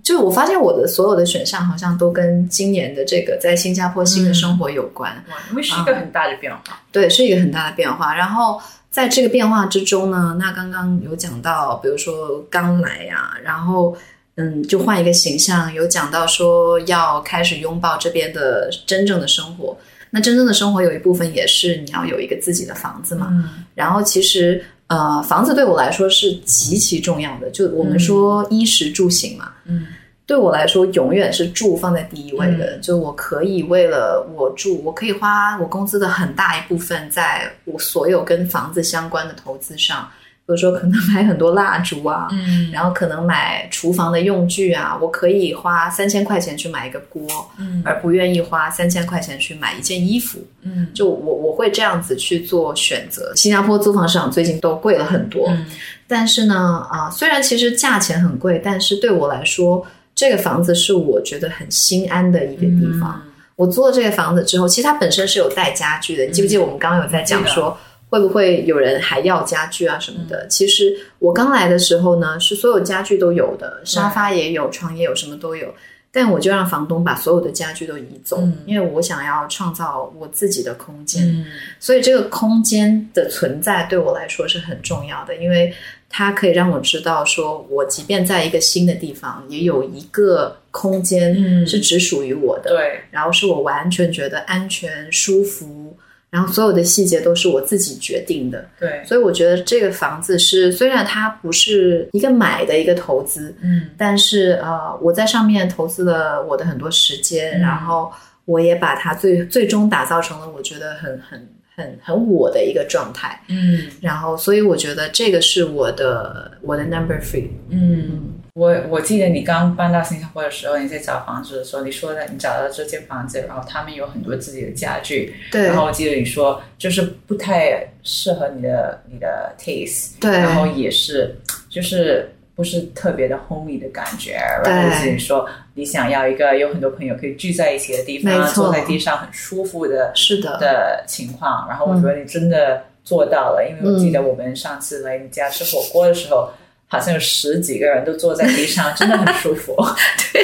A: 就我发现我的所有的选项好像都跟今年的这个在新加坡新的生活有关。
B: 哇因为是一个很大的变化。
A: 对，是一个很大的变化。然后在这个变化之中呢，那刚刚有讲到，比如说刚来呀、然后嗯，就换一个形象，有讲到说要开始拥抱这边的真正的生活。那真正的生活有一部分也是你要有一个自己的房子嘛。
B: 嗯
A: 然后其实呃，房子对我来说是极其重要的，就我们说衣食住行嘛。
B: 嗯
A: 对我来说，永远是住放在第一位的。就我可以为了我住，我可以花我工资的很大一部分在我所有跟房子相关的投资上，比如说可能买很多蜡烛啊，
B: 嗯
A: 然后可能买厨房的用具啊，我可以花三千块钱去买一个锅，
B: 嗯
A: 而不愿意花三千块钱去买一件衣服。
B: 嗯
A: 就我我会这样子去做选择。新加坡租房市场最近都贵了很多，
B: 嗯
A: 但是呢，啊，虽然其实价钱很贵，但是对我来说，这个房子是我觉得很心安的一个地
B: 嗯
A: 方。我租了这个房子之后，其实它本身是有带家具的。你记
B: 嗯
A: 不记得我们刚刚有在
B: 啊
A: 讲说，会不会有人还要家具啊什么
B: 嗯
A: 的？其实
B: 嗯
A: 我刚来的时候呢，是所有家具都有的，沙发也有，床也有，什么都有。但我就让房东把所有的家具都移走，
B: 嗯
A: 因为我想要创造我自己的空间。
B: 嗯
A: 所以这个空间的存在对我来说是很重要的，因为它可以让我知道，说我即便在一个新的地方，也有一个空间
B: 嗯
A: 是只属于我的，
B: 对，
A: 然后是我完全觉得安全、舒服，然后所有的细节都是我自己决定的。
B: 对，
A: 所以我觉得这个房子是，虽然它不是一个买的一个投资，
B: 嗯
A: 但是呃，我在上面投资了我的很多时间，
B: 嗯
A: 然后我也把它最最终打造成了我觉得很很很很我的一个状态。
B: 嗯
A: 然后，所以我觉得这个是我的我的 number three。
B: 嗯。我我记得你刚搬到新加坡的时候，你在找房子的时候，你说的你找到这间房子，然后他们有很多自己的家具，
A: 对
B: 然后我记得你说就是不太适合你的你的 taste，
A: 对
B: 然后也是就是不是特别的 homey 的感觉，
A: 对
B: 然后就是说你想要一个有很多朋友可以聚在一起的地
A: 没
B: 方，
A: 错
B: 坐在地上很舒服的
A: 是的
B: 的情况，然后我觉得你真的做到了，因为我记得我们上次来你家吃火锅的时候。好像有十几个人都坐在地上，真的很舒
A: <laughs>
B: 服。
A: <laughs>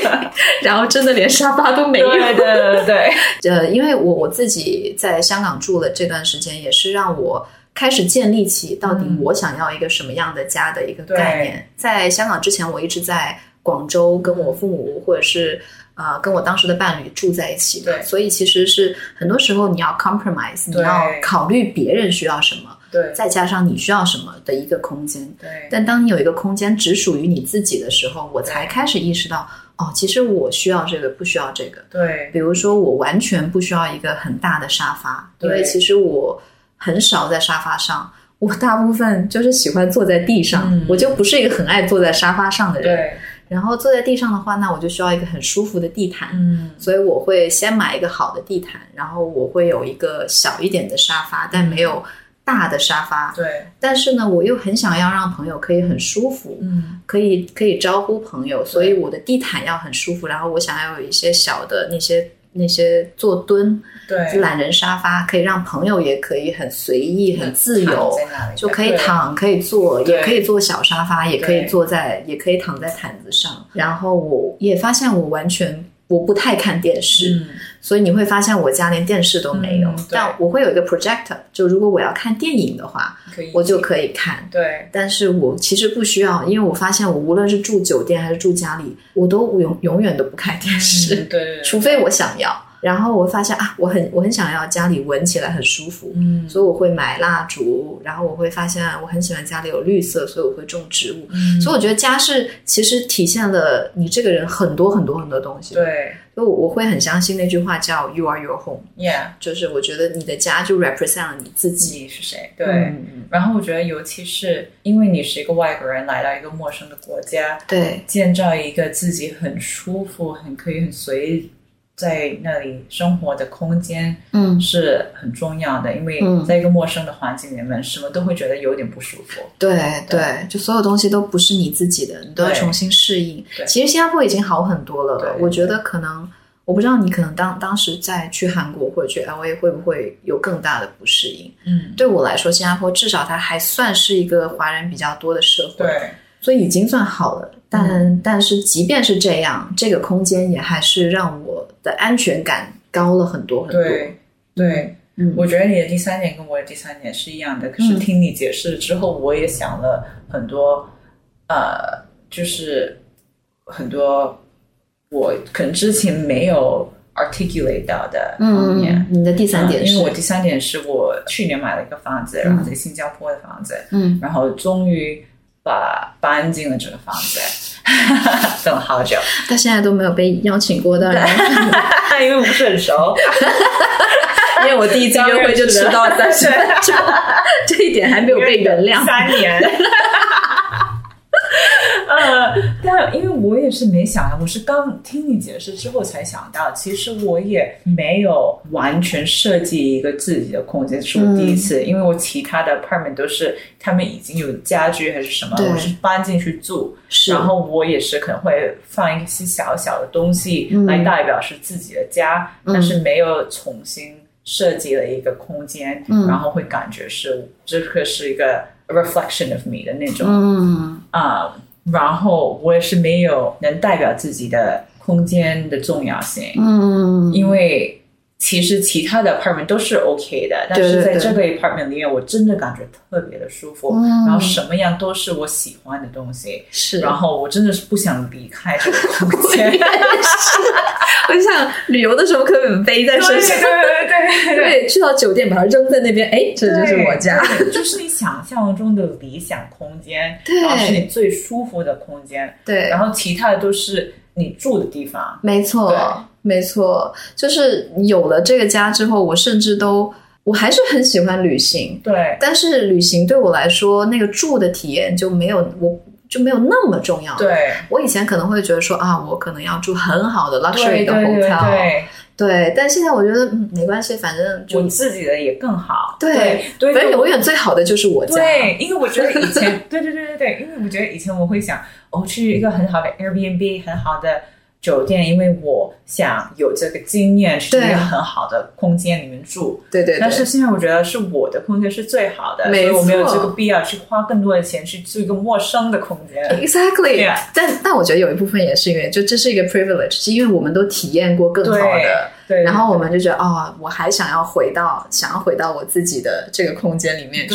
A: 然后真的连沙发都没
B: 对对对对对，
A: 呃，因为我我自己在香港住了这段时间，也是让我开始建立起到底
B: 嗯
A: 我想要一个什么样的家的一个
B: 对
A: 概念。在香港之前，我一直在广州跟我父母或者是呃跟我当时的伴侣住在一起的，
B: 对
A: 所以其实是很多时候你要 compromise，你
B: 对
A: 要考虑别人需要什么，
B: 对
A: 再加上你需要什么的一个空间。
B: 对
A: 但当你有一个空间只属于你自己的时候，我才开始意识到，哦，其实我需要这个，不需要这个。
B: 对
A: 比如说，我完全不需要一个很大的沙发，因
B: 对
A: 为其实我很少在沙发上， <laughs> 我大部分就是喜欢坐在地上，
B: 嗯
A: 我就不是一个很爱坐在沙发上的人。
B: 对，
A: 然后坐在地上的话，那我就需要一个很舒服的地毯，
B: 嗯
A: 所以我会先买一个好的地毯，然后我会有一个小一点的沙发，但没有大的沙发。
B: 对，
A: 但是呢，我又很想要让朋友可以很舒服，
B: 嗯
A: 可以可以招呼朋友，所以我的地毯要很舒服，然后我想要有一些小的那些那些坐蹲
B: 对，
A: 懒人沙发，可以让朋友也可以很随意、很自由，
B: 躺在那里
A: 就可以
B: 对
A: 躺，可以坐，
B: 对
A: 也可以坐小沙发，也可以
B: 对
A: 坐在，也可以躺在毯子上。然后我也发现我完全。我不太看电视，
B: 嗯
A: 所以你会发现我家连电视都没有。
B: 嗯对
A: 但我会有一个 projector，就如果我要看电影的话，
B: 可以，
A: 我就可以看。
B: 对
A: 但是我其实不需要，因为我发现我无论是住酒店还是住家里，我都永永远都不开电视，
B: 嗯对对对，
A: 除非我想要。然后我发现啊，我很我很想要家里闻起来很舒服，
B: 嗯
A: 所以我会买蜡烛。然后我会发现啊我很喜欢家里有绿色，所以我会种植物。
B: 嗯
A: 所以我觉得家是其实体现了你这个人很多很多很多东西。，
B: 对
A: 所以我我会很相信那句话叫 “You are your home”，
B: ，yeah，
A: 就是我觉得你的家就 represent 了你自己。
B: 你是谁？对。
A: 嗯
B: 然后我觉得，尤其是因为你是一个外国人来到一个陌生的国家，
A: 对
B: 建造一个自己很舒服、很可以很随意在那里生活的空间
A: 嗯
B: 是很重要的。因为
A: 嗯
B: 在一个陌生的环境里面，什么都会觉得有点不舒服。
A: 对
B: 对
A: 对，就所有东西都不是你自己的，你都要
B: 对
A: 重新适应
B: 对。
A: 其实新加坡已经好很多了，
B: 对
A: 我觉得可能，我不知道你可能当当时在去韩国或者去 LA 会不会有更大的不适应。
B: 嗯，
A: 对我来说，新加坡至少它还算是一个华人比较多的社会，
B: 对嗯
A: 所以已经算好了。但、但是即便是这样，这个空间也还是让我的安全感高了很多很多。
B: 对对，
A: 嗯，
B: 我觉得你的第三点跟我的第三点是一样的，可是
A: 嗯
B: 听你解释之后，我也想了很多，呃，就是很多我可能之前没有 articulate 到的方
A: 嗯嗯
B: 面。
A: 嗯，你的第三点
B: 嗯
A: 是，
B: 因为我第三点是我去年买了一个房子，然后在新加坡的房子，
A: 嗯
B: 然后终于把搬进了这个房子， <laughs> 等了好久， <laughs>
A: 到现在都没有被邀请过到你的
B: 因为不是很熟。
A: <laughs> 因为我第一次约会就迟到三十分
B: <laughs>
A: 钟，这一点还没有被原谅。
B: 三年。 <laughs> 呃，但因为我也是没想到，我是刚听你解释之后才想到，其实我也没有完全设计一个自己的空间，是我第一次，因为我其他的 apartment 都是他们已经有家具还是什么，
A: 对
B: 我是搬进去住，
A: 是
B: 然后我也是可能会放一些小小的东西
A: 嗯
B: 来代表是自己的家，
A: 嗯
B: 但是没有重新设计了一个空间，
A: 嗯
B: 然后会感觉是这个是一个 reflection of me 的那种
A: 嗯，
B: 啊、然后我也是没有能代表自己的空间的重要性，
A: 嗯，
B: 因为其实其他的 apartment 都是 OK 的，但是
A: 对
B: 在
A: 对
B: 这个 apartment 里面，我真的感觉特别的舒服，
A: 嗯
B: 然后什么样都是我喜欢的东西，
A: 是，
B: 然后我真的是不想离开这个空间。
A: <laughs>
B: <laughs>
A: 我就想旅游的时候可以背在身上，
B: 对对对
A: 对，去到酒店把它扔在那边，哎，这就是我家，，
B: 对就是你想象中的理想空 <laughs> 间，
A: 对
B: 然后是你最舒服的空间，
A: 对
B: 然后其他的都是你住的地方，
A: 没错
B: 对，
A: 没错，就是有了这个家之后，我甚至都我还是很喜欢旅行，
B: 对
A: 但是旅行对我来说，那个住的体验就没有我就没有那么重要。，
B: 对
A: 我以前可能会觉得说啊，我可能要住很好的 luxury
B: 对对
A: 的
B: 对
A: hotel，
B: 对，
A: 对但现在我觉得、嗯、没关系，反正就
B: 我自己的也更好，
A: 对
B: 对，
A: 反正
B: 对
A: 永远最好的就是我家。
B: 对，因为我觉得以
A: <laughs>
B: 前，对对对对对，因为我觉得以前我会想，哦，去一个很好的 Airbnb，很好的酒店，因为我想有这个经验去一
A: 对
B: 个很好的空间里面住。
A: 对对对，
B: 但是现在我觉得是我的空间是最好的，所
A: 没
B: 以我没有
A: 错
B: 这个必要去花更多的钱去住一个陌生的空间。
A: Exactly，、
B: Yeah
A: 但但我觉得有一部分也是因为，就这是一个 privilege，是因为我们都体验过更好的，
B: 对，
A: 然后我们就觉得哦，我还想要回到想要回到我自己的这个空间里面去。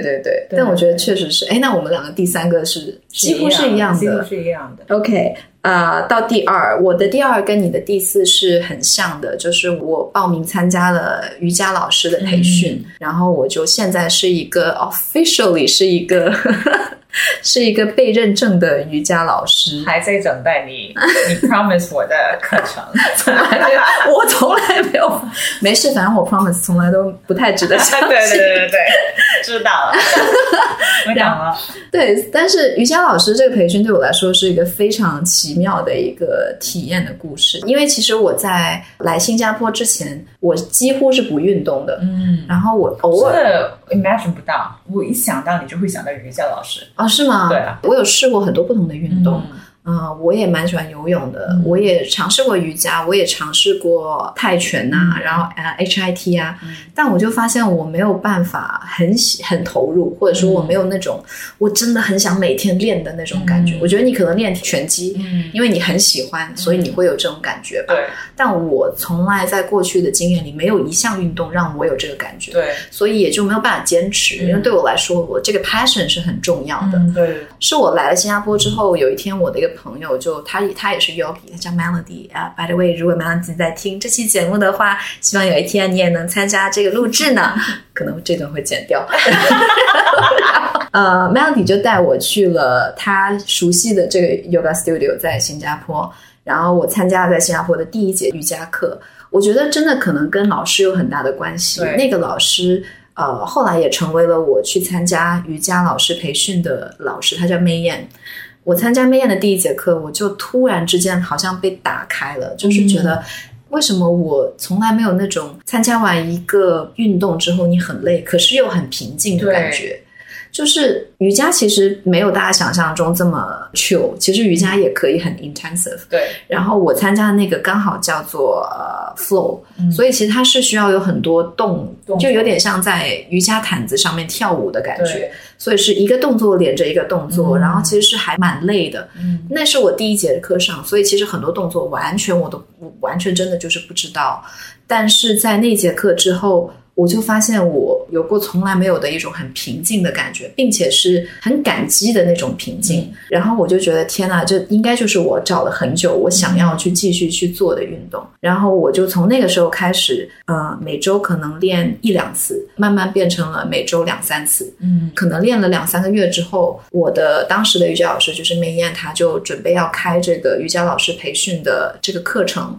A: 对对对
B: 对
A: 但我觉得确实是，哎，那我们两个第三个是几乎是一样
B: 几乎
A: 的。
B: 是一样的。
A: OK，呃，到第二，我的第二跟你的第四是很像的，就是我报名参加了瑜伽老师的培训，
B: 嗯
A: 然后我就现在是一个 officially 是一个 <laughs> 是一个被认证的瑜伽老
B: <laughs>
A: 师。
B: 还在等待你，你
A: <laughs>
B: promise 我的课程，
A: 我从来没有，没事，反正我 promise 从来都不太值得相
B: <laughs> 对
A: 信。
B: 对对对对，知道
A: <laughs>
B: 了，我懂了。
A: 对，但是瑜伽老师这个培训对我来说是一个非常奇妙的一个体验的故事，因为其实我在来新加坡之前，我几乎是不运动的，
B: 嗯，
A: 然后我偶
B: 真
A: 尔
B: 的 imagine 不到，我一想到你就会想到瑜伽老师。
A: 啊、是吗？
B: 对啊，
A: 我有试过很多不同的运动，嗯、我也蛮喜欢游泳的，
B: 嗯
A: 我也尝试过瑜伽，我也尝试过泰拳呐、
B: 嗯
A: 然后呃 HIT 啊，
B: 嗯
A: 但我就发现我没有办法很喜很投入，或者
B: 嗯
A: 说我没有那种、我真的很想每天练的那种感觉。
B: 嗯
A: 我觉得你可能练拳击。
B: 嗯，
A: 因为你很喜欢，所以你会有这种感觉吧。
B: 对
A: 但我从来在过去的经验里，没有一项运动让我有这个感觉，
B: 对，
A: 所以也就没有办法坚持。
B: 嗯
A: 因为对我来说，我这个 passion 是很重要的。
B: 嗯对，
A: 是我来了新加坡之后，有一天我的一个朋友就他他也是 yogi，他叫 Melody 啊。By the way，如果 Melody 在听这期节目的话，希望有一天你也能参加这个录制呢。可能这段会剪掉。 <laughs> 呃，Melody 就带我去了他熟悉的这个 yoga studio 在新加坡，然后我参加了在新加坡的第一节瑜伽课。我觉得真的可能跟老师有很大的关系。
B: 对
A: 那个老师，呃，后来也成为了我去参加瑜伽老师培训的老师，他叫 May Yan。我参加 May Yan 的第一节课，我就突然之间好像被打开了，就是觉
B: 嗯
A: 得为什么我从来没有那种参加完一个运动之后你很累，可是又很平静的感觉。就是瑜伽其实没有大家想象中这么 chill，其实瑜伽也可以很 intensive。
B: 对，
A: 然后我参加的那个刚好叫做呃 flow，、
B: 嗯
A: 所以其实它是需要有很多动，
B: 动作
A: 就有点像在瑜伽毯子上面跳舞的感觉
B: 对，
A: 所以是一个动作连着一个动作，
B: 嗯
A: 然后其实是还蛮累的。
B: 嗯
A: 那是我第一节课上，所以其实很多动作完全我都我完全真的就是不知道，但是在那节课之后。我就发现我有过从来没有的一种很平静的感觉，并且是很感激的那种平静。然后我就觉得天呐，这应该就是我找了很久我想要去继续去做的运动。然后我就从那个时候开始，呃，每周可能练一两次，慢慢变成了每周两三次。
B: 嗯
A: 可能练了两三个月之后，我的当时的瑜伽老师就是梅燕，她就准备要开这个瑜伽老师培训的这个课程，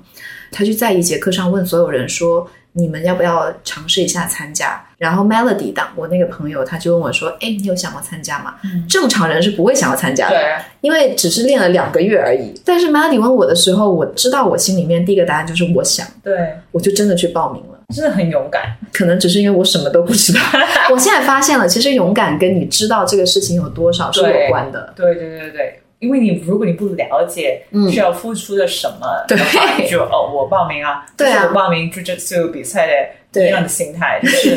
A: 她就在一节课上问所有人说：“你们要不要尝试一下参加？”然后 Melody 档，我那个朋友，他就问我说：“哎，你有想过参加吗？”
B: 嗯，
A: 正常人是不会想要参加的，
B: 对，
A: 因为只是练了两个月而已。但是 Melody 问我的时候，我知道我心里面第一个答案就是我想，
B: 对，
A: 我就真的去报名了。
B: 真的很勇敢，
A: 可能只是因为我什么都不知道。 <laughs> 我现在发现了，其实勇敢跟你知道这个事情有多少是有关的。
B: 对对对对。因为你如果你不了解
A: 嗯
B: 需要付出的什么
A: 对
B: 的话，你就哦，我报名啊，
A: 对啊
B: 就是我报名 j u j 比赛的
A: 对
B: 一样的心态，就是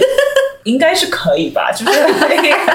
B: 应该是可以吧，就是 <laughs>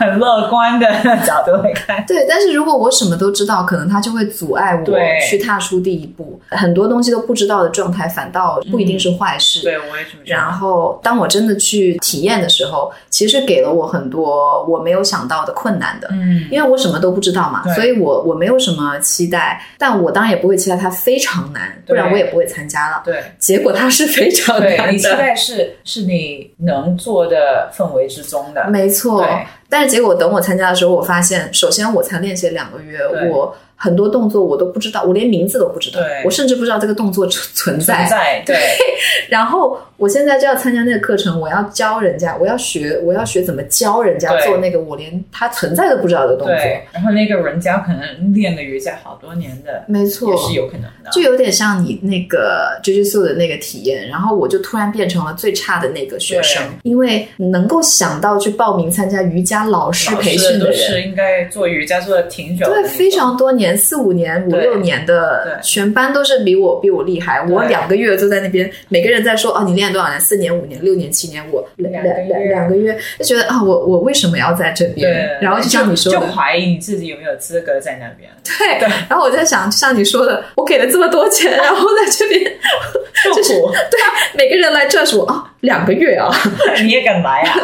B: 很乐观的角度来看。
A: 对，但是如果我什么都知道，可能它就会阻碍我
B: 对
A: 去踏出第一步。很多东西都不知道的状态，反倒不一定是坏事。
B: 对，我也这么觉
A: 然
B: 得。
A: 后，当我真的去体验的时候，其实给了我很多我没有想到的困难的，
B: 嗯，
A: 因为我什么都不知道嘛，
B: 对
A: 所以我我没有什么期待，但我当然也不会期待它非常难，不
B: 对
A: 然我也不会参加了。
B: 对。
A: 结果它是非常 <laughs>
B: 对
A: 难
B: 你期
A: 的，
B: 待是是你能做的氛围之中的，
A: 没错。
B: 对
A: 但是结果等我参加的时候，我发现，首先我才练习两个月，
B: 对
A: 我很多动作我都不知道，我连名字都不知道
B: 对，
A: 我甚至不知道这个动作存存在
B: 存。在
A: <laughs>
B: 对
A: 然后我现在就要参加那个课程，我要教人家，我要学，我要学怎么教人家
B: 对
A: 做那个我连它存在都不知道的动作。
B: 对。然后那个人家可能练了瑜伽好多年的，
A: 没错
B: 也，是有可能的。
A: 就有点像你那个 Jujutsu 的那个体验，然后我就突然变成了最差的那个学生，因为能够想到去报名参加瑜伽老师
B: 老
A: 培
B: 师
A: 训的
B: 都
A: 人。
B: 是应该做瑜伽做的挺久的那
A: 对，
B: 种，
A: 非常多年，四五年、五
B: 对
A: 六年的，
B: 对
A: 全班都是比我比我厉害。
B: 对
A: 我两个月就在那边，每个人在说哦，你练了多少年？四年、五年、六年、七年，我两
B: 两个
A: 两
B: 月
A: 两两个月，就觉得啊，我我为什么要在这
B: 对。
A: 边？然后就像你说
B: 就
A: 的，
B: 怀疑你自己有没有资格在那边，
A: 对。然后我在想，就像你说的，我给了这么多钱，然后在这
B: <laughs>
A: 边
B: 受
A: 就是啊
B: 苦， <laughs>
A: 每个人来 judge 我啊，两个月啊， <laughs>
B: 你也敢来啊？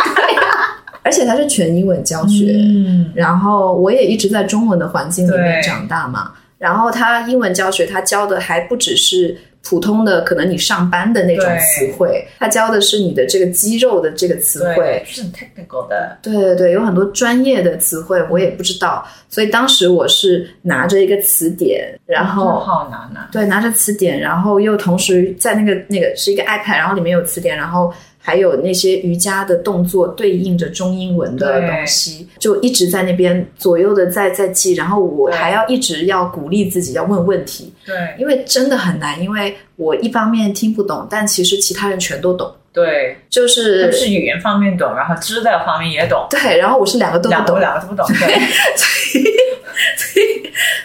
A: 而且它是全英文教学，
B: 嗯，
A: 然后我也一直在中文的环境里面
B: 对
A: 长大嘛。然后他英文教学，他教的还不只是普通的，可能你上班的那种
B: 对
A: 词汇，他教的是你的这个肌肉的这个词
B: 对，
A: 汇。
B: 是很 technical 的，
A: 对对对，有很多专业的词汇我也不知道，所以当时我是拿着一个词典，然
B: 真的
A: 后
B: 好难啊，
A: 对，拿着词典，然后又同时在那个那个是一个 iPad，然后里面有词典，然后还有那些瑜伽的动作对应着中英文的
B: 对
A: 东西，就一直在那边左右的在在记，然后我
B: 对
A: 还要一直要鼓励自己要问问题，
B: 对
A: 因为真的很难，因为我一方面听不懂，但其实其他人全都懂，
B: 对，
A: 就是
B: 都是语言方面懂，然后知道方面也懂，
A: 对，然后我是两个都不
B: 两
A: 懂
B: 个，两个都不懂，对，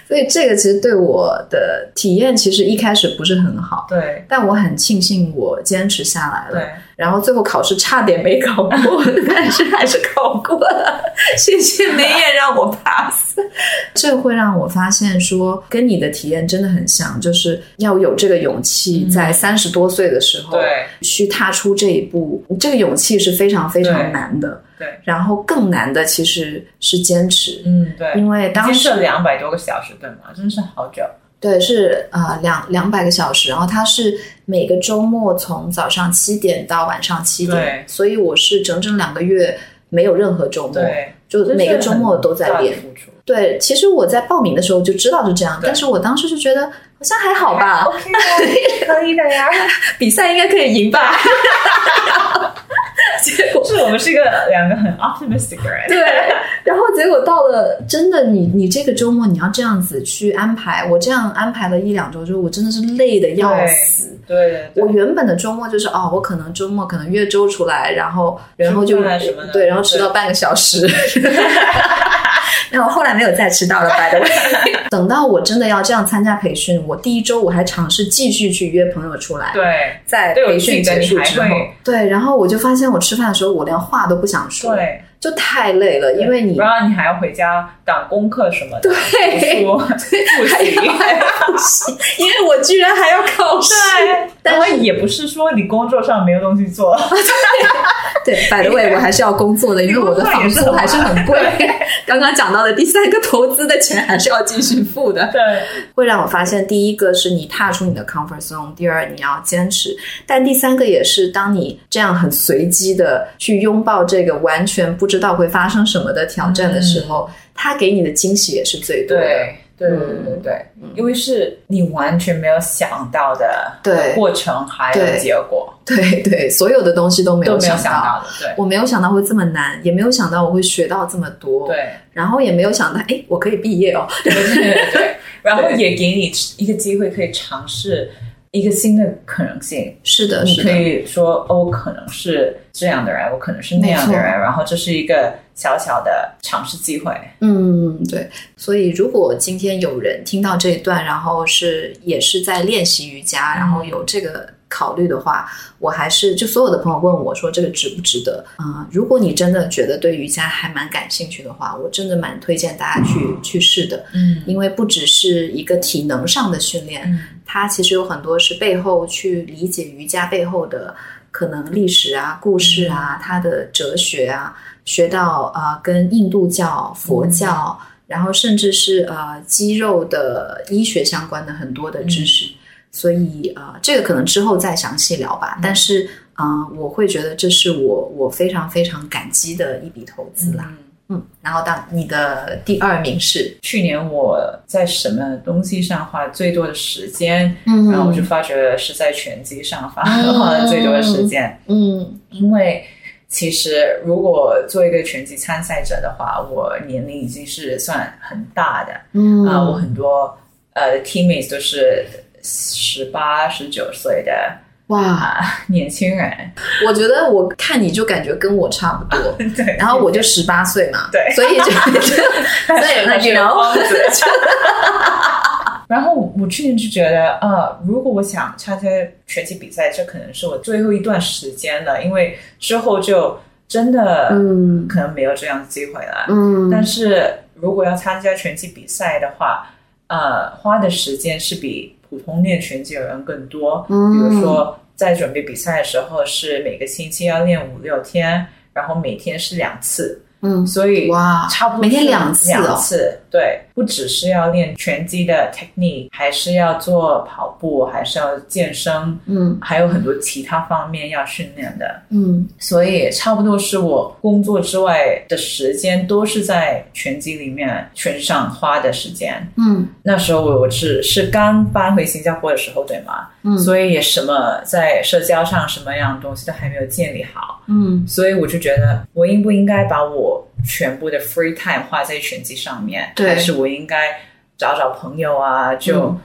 A: 所以这个其实对我的体验其实一开始不是很好，
B: 对，
A: 但我很庆幸我坚持下来了。 <laughs>
B: 对，
A: 然后最后考试差点没考 <laughs> 过，但是还是考过了。谢谢梅艳让我 pass。这会让我发现说，跟你的体验真的很像，就是要有这个勇气，
B: 嗯
A: 在三十多岁的时候
B: 对，
A: 去踏出这一步，这个勇气是非常非常
B: 对
A: 难的。
B: 对，
A: 然后更难的其实是坚持，
B: 嗯，对，
A: 因为
B: 当
A: 当时
B: 时两百多个小时，对吗？真是好久，
A: 对，是呃两两百个小时，然后它是每个周末从早上七点到晚上七点
B: 对，
A: 所以我是整整两个月没有任何周末，
B: 对，
A: 就每个周末都在
B: 练
A: 练。
B: 付出，
A: 对，其实我在报名的时候就知道是这样，
B: 对
A: 但是我当时就觉得好像还好吧，
B: ，OK，可啊以的
A: <laughs>
B: 呀。
A: 比赛应该可以赢
B: <laughs>
A: 吧。结果
B: 是我们是一个两个很 optimistic 的人，
A: 对，然后结果到了真的你你这个周末你要这样子去安排，我这样安排了一两周之后，我真的是累的要
B: 对
A: 死。
B: 对对
A: 我原本的周末就是哦，我可能周末可能约周出来，然后然后就
B: 吃饭啊什么的
A: 对，然后迟到
B: 对
A: 半个小时。 <laughs> 那我后来没有再迟到了，by the way。等 <laughs> 到我真的要这样参加培训，我第一周我还尝试继续去约朋友出来，
B: 对
A: 在
B: 对我
A: 培
B: 记
A: 训
B: 得
A: 结
B: 你
A: 束
B: 还
A: 之后
B: 会，
A: 对，然后我就发现我吃饭的时候我连话都不想说，
B: 对，
A: 就太累了，因为你
B: 然后你还要回家赶功课什么的，
A: 对 <laughs>
B: 读书复
A: <laughs> 还
B: 习
A: 要。还要 <laughs> 复习，因为我居然还要考试，
B: 对，
A: 但
B: 然
A: 是
B: 后也不是说你工作上没有东西做， <laughs>
A: 对，by the way，我还是要工作的，因为我的房租还是哦很贵。刚刚讲到的第三个投资的钱还是要继续付的，
B: 对，
A: 会让我发现，第一个是你踏出你的 comfort zone，第二你要坚持，但第三个也是当你这样很随机的去拥抱这个完全不知道会发生什么的挑战的时候，它给你的惊喜也是最多的。
B: 对对对
A: 嗯
B: 对对，因为是你完全没有想到的
A: 对
B: 过程还有
A: 对
B: 结果
A: 对对，所有的东西都没
B: 都
A: 有
B: 没有
A: 想
B: 想到的，对
A: 我没有想到会这么难，也没有想到我会学到这么多，
B: 对
A: 然后也没有想到，哎，我可以毕业哦。
B: <laughs> 对
A: <laughs>
B: 对，然后也给你一个机会可以尝试一个新的可能性。
A: 是的，
B: 你
A: 呃是
B: 可
A: 的。
B: 以说，哦，我可能是这样的人，我可能是那样的人，然后这是一个小小的尝试机会。
A: 嗯，对。所以，如果今天有人听到这一段，然后是也是在练习瑜伽，然后有这个考虑的话，我还是就所有的朋友问我说这个值不值得？嗯、如果你真的觉得对瑜伽还蛮感兴趣的话，我真的蛮推荐大家去去试的，
B: 嗯
A: 因为不只是一个体能上的训练，
B: 嗯
A: 它其实有很多是背后去理解瑜伽背后的可能历史啊、故事啊、它的哲学啊，学到啊、呃跟印度教、佛教，然后甚至是呃肌肉的医学相关的很多的知识。所以呃，这个可能之后再详细聊吧。
B: 嗯
A: 但是呃，我会觉得这是我我非常非常感激的一笔投资啦。
B: 嗯
A: 嗯然后当你的第二名是，
B: 去年我在什么东西上花最多的时间？
A: 嗯
B: 然后我就发觉是在拳击上花
A: 嗯
B: 花了 <laughs> 最多的时间，
A: 嗯
B: 因为其实如果做一个拳击参赛者的话，我年龄已经是算很大的，
A: 嗯
B: 啊、我很多呃 teammates 都是十八、十九岁的
A: 哇。
B: 啊、年轻人，
A: 我觉得我看你就感觉跟我差不多，
B: 对，
A: 然后我就十八岁嘛，
B: 对
A: 所
B: <laughs>
A: 以就所以那
B: 还是
A: you
B: 个
A: know，
B: 胖子然后我去年就觉得，呃，如果我想参加拳击比赛，这可能是我最后一段时间了，因为之后就真的
A: <laughs> 嗯
B: 可能没有这样的机会了。
A: 嗯
B: 但是如果要参加拳击比赛的话，呃，花的时间是比普通练拳击的人更多。
A: 嗯
B: 比如说在准备比赛的时候，是每个星期要练五六天，然后每天是两次，
A: 嗯
B: 所以
A: 哇
B: 差不多
A: 每天
B: 是
A: 两次哦
B: 两次，对，不只是要练拳击的 technique，还是要做跑步，还是要健身，
A: 嗯
B: 还有很多其他方面要训练的。
A: 嗯
B: 所以差不多是我工作之外的时间都是在拳击里面拳上花的时间。
A: 嗯
B: 那时候我我是是刚搬回新加坡的时候，对吗？
A: 嗯
B: 所以也什么在社交上什么样的东西都还没有建立好，
A: 嗯
B: 所以我就觉得我应不应该把我全部的 free time 花在拳击上面，
A: 对
B: 还是我应该找找朋友啊，就
A: 嗯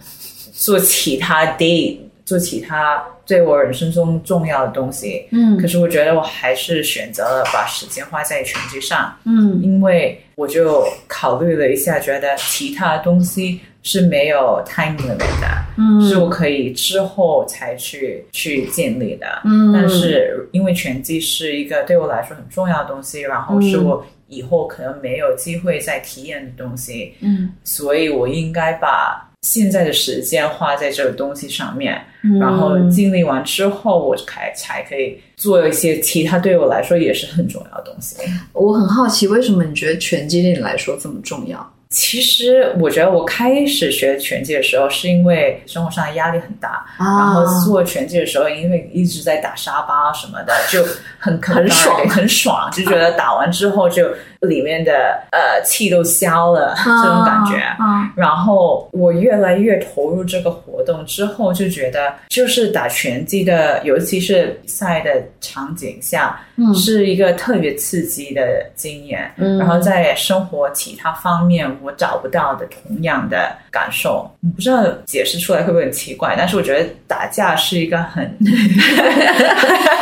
B: 做其他 date，、做其他对我人生中重要的东西。
A: 嗯
B: 可是我觉得我还是选择了把时间花在拳击上，
A: 嗯
B: 因为我就考虑了一下，觉得其他东西是没有 time limit 的，
A: 嗯
B: 是我可以之后才去去建立的。
A: 嗯
B: 但是因为拳击是一个对我来说很重要的东西，然后是
A: 嗯
B: 我以后可能没有机会再体验的东西，
A: 嗯
B: 所以我应该把现在的时间花在这个东西上面。
A: 嗯
B: 然后经历完之后，我才才可以做一些其他对我来说也是很重要的东西。
A: 我很好奇，为什么你觉得拳击对你来说这么重要？
B: 其实我觉得我开始学拳击的时候，是因为生活上的压力很大，
A: 啊
B: 然后做拳击的时候，因为一直在打沙巴什么的，就很
A: 很爽
B: 很爽，就觉得打完之后就里面的呃气都消了、这种感觉。
A: 啊，
B: 然后我越来越投入这个活动之后，就觉得就是打拳击的，尤其是比赛的场景下，
A: 嗯
B: 是一个特别刺激的经验。
A: 嗯
B: 然后在生活其他方面，我找不到的同样的感受，我不知道解释出来会不会很奇怪，但是我觉得打架是一个很 <laughs>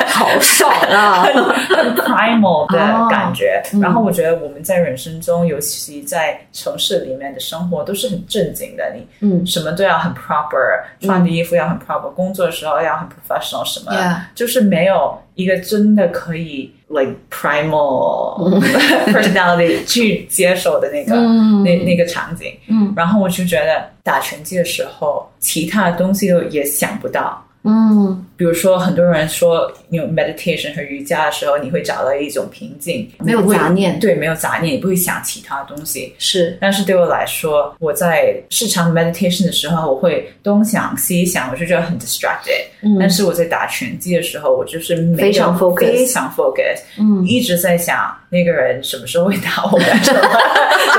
A: 好爽啊！
B: primal 的感觉。
A: 嗯
B: 然后我觉得我们在人生中，尤其在城市里面的生活，都是很正经的。你
A: 嗯
B: 什么都要很 proper，
A: 嗯
B: 穿的衣服要很 proper，、工作的时候要很 professional，什么
A: Yeah
B: 就是没有一个真的可以 like primal <laughs> personality 去接受的那个、
A: 嗯
B: 那那个场景。
A: 嗯
B: 然后我就觉得打拳击的时候，其他的东西都也想不到。
A: 嗯，
B: 比如说，很多人说，你有 meditation 和瑜伽的时候，你会找到一种平静，
A: 没有
B: 你不会
A: 杂念
B: 对，没有杂念，你不会想其他东西。
A: 是
B: 但是对我来说，我在日常 meditation 的时候，我会东想西想，我就觉得很 distracted、
A: 嗯
B: 但是我在打拳击的时候，我就是没有
A: 非常 focus
B: 非常 focus，
A: 嗯
B: 一直在想那个人什么时候会打我，什么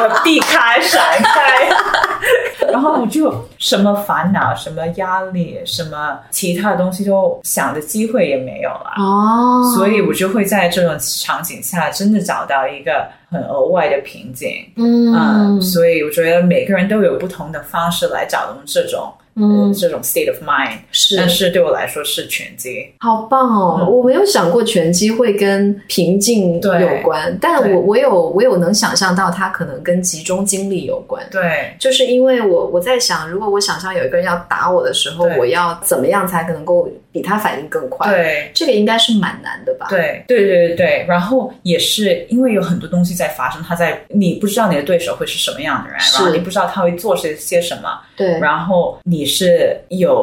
B: 就避开、闪
A: <laughs>
B: 开，然后我就什么烦恼、什么压力、什么其他的东西都想的机会也没有了。
A: 哦
B: 所以我就会在这种场景下，真的找到一个很额外的瓶颈。嗯，
A: 嗯
B: 所以我觉得每个人都有不同的方式来找到这种
A: 嗯
B: 呃这种 state of mind，
A: 是
B: 但是对我来说是拳击。
A: 好棒哦！
B: 嗯
A: 我没有想过拳击会跟平静
B: 对
A: 有关，但
B: 对
A: 我我有我有能想象到它可能跟集中精力有关。
B: 对，
A: 就是因为我我在想，如果我想象有一个人要打我的时候，
B: 对
A: 我要怎么样才能够比他反应更快。，
B: 对
A: 这个应该是蛮难的吧？，
B: 对对对对对，然后也是因为有很多东西在发生，他在你不知道你的对手会是什么样的人，
A: 是
B: 然后你不知道他会做些些什么，
A: 对，
B: 然后你是有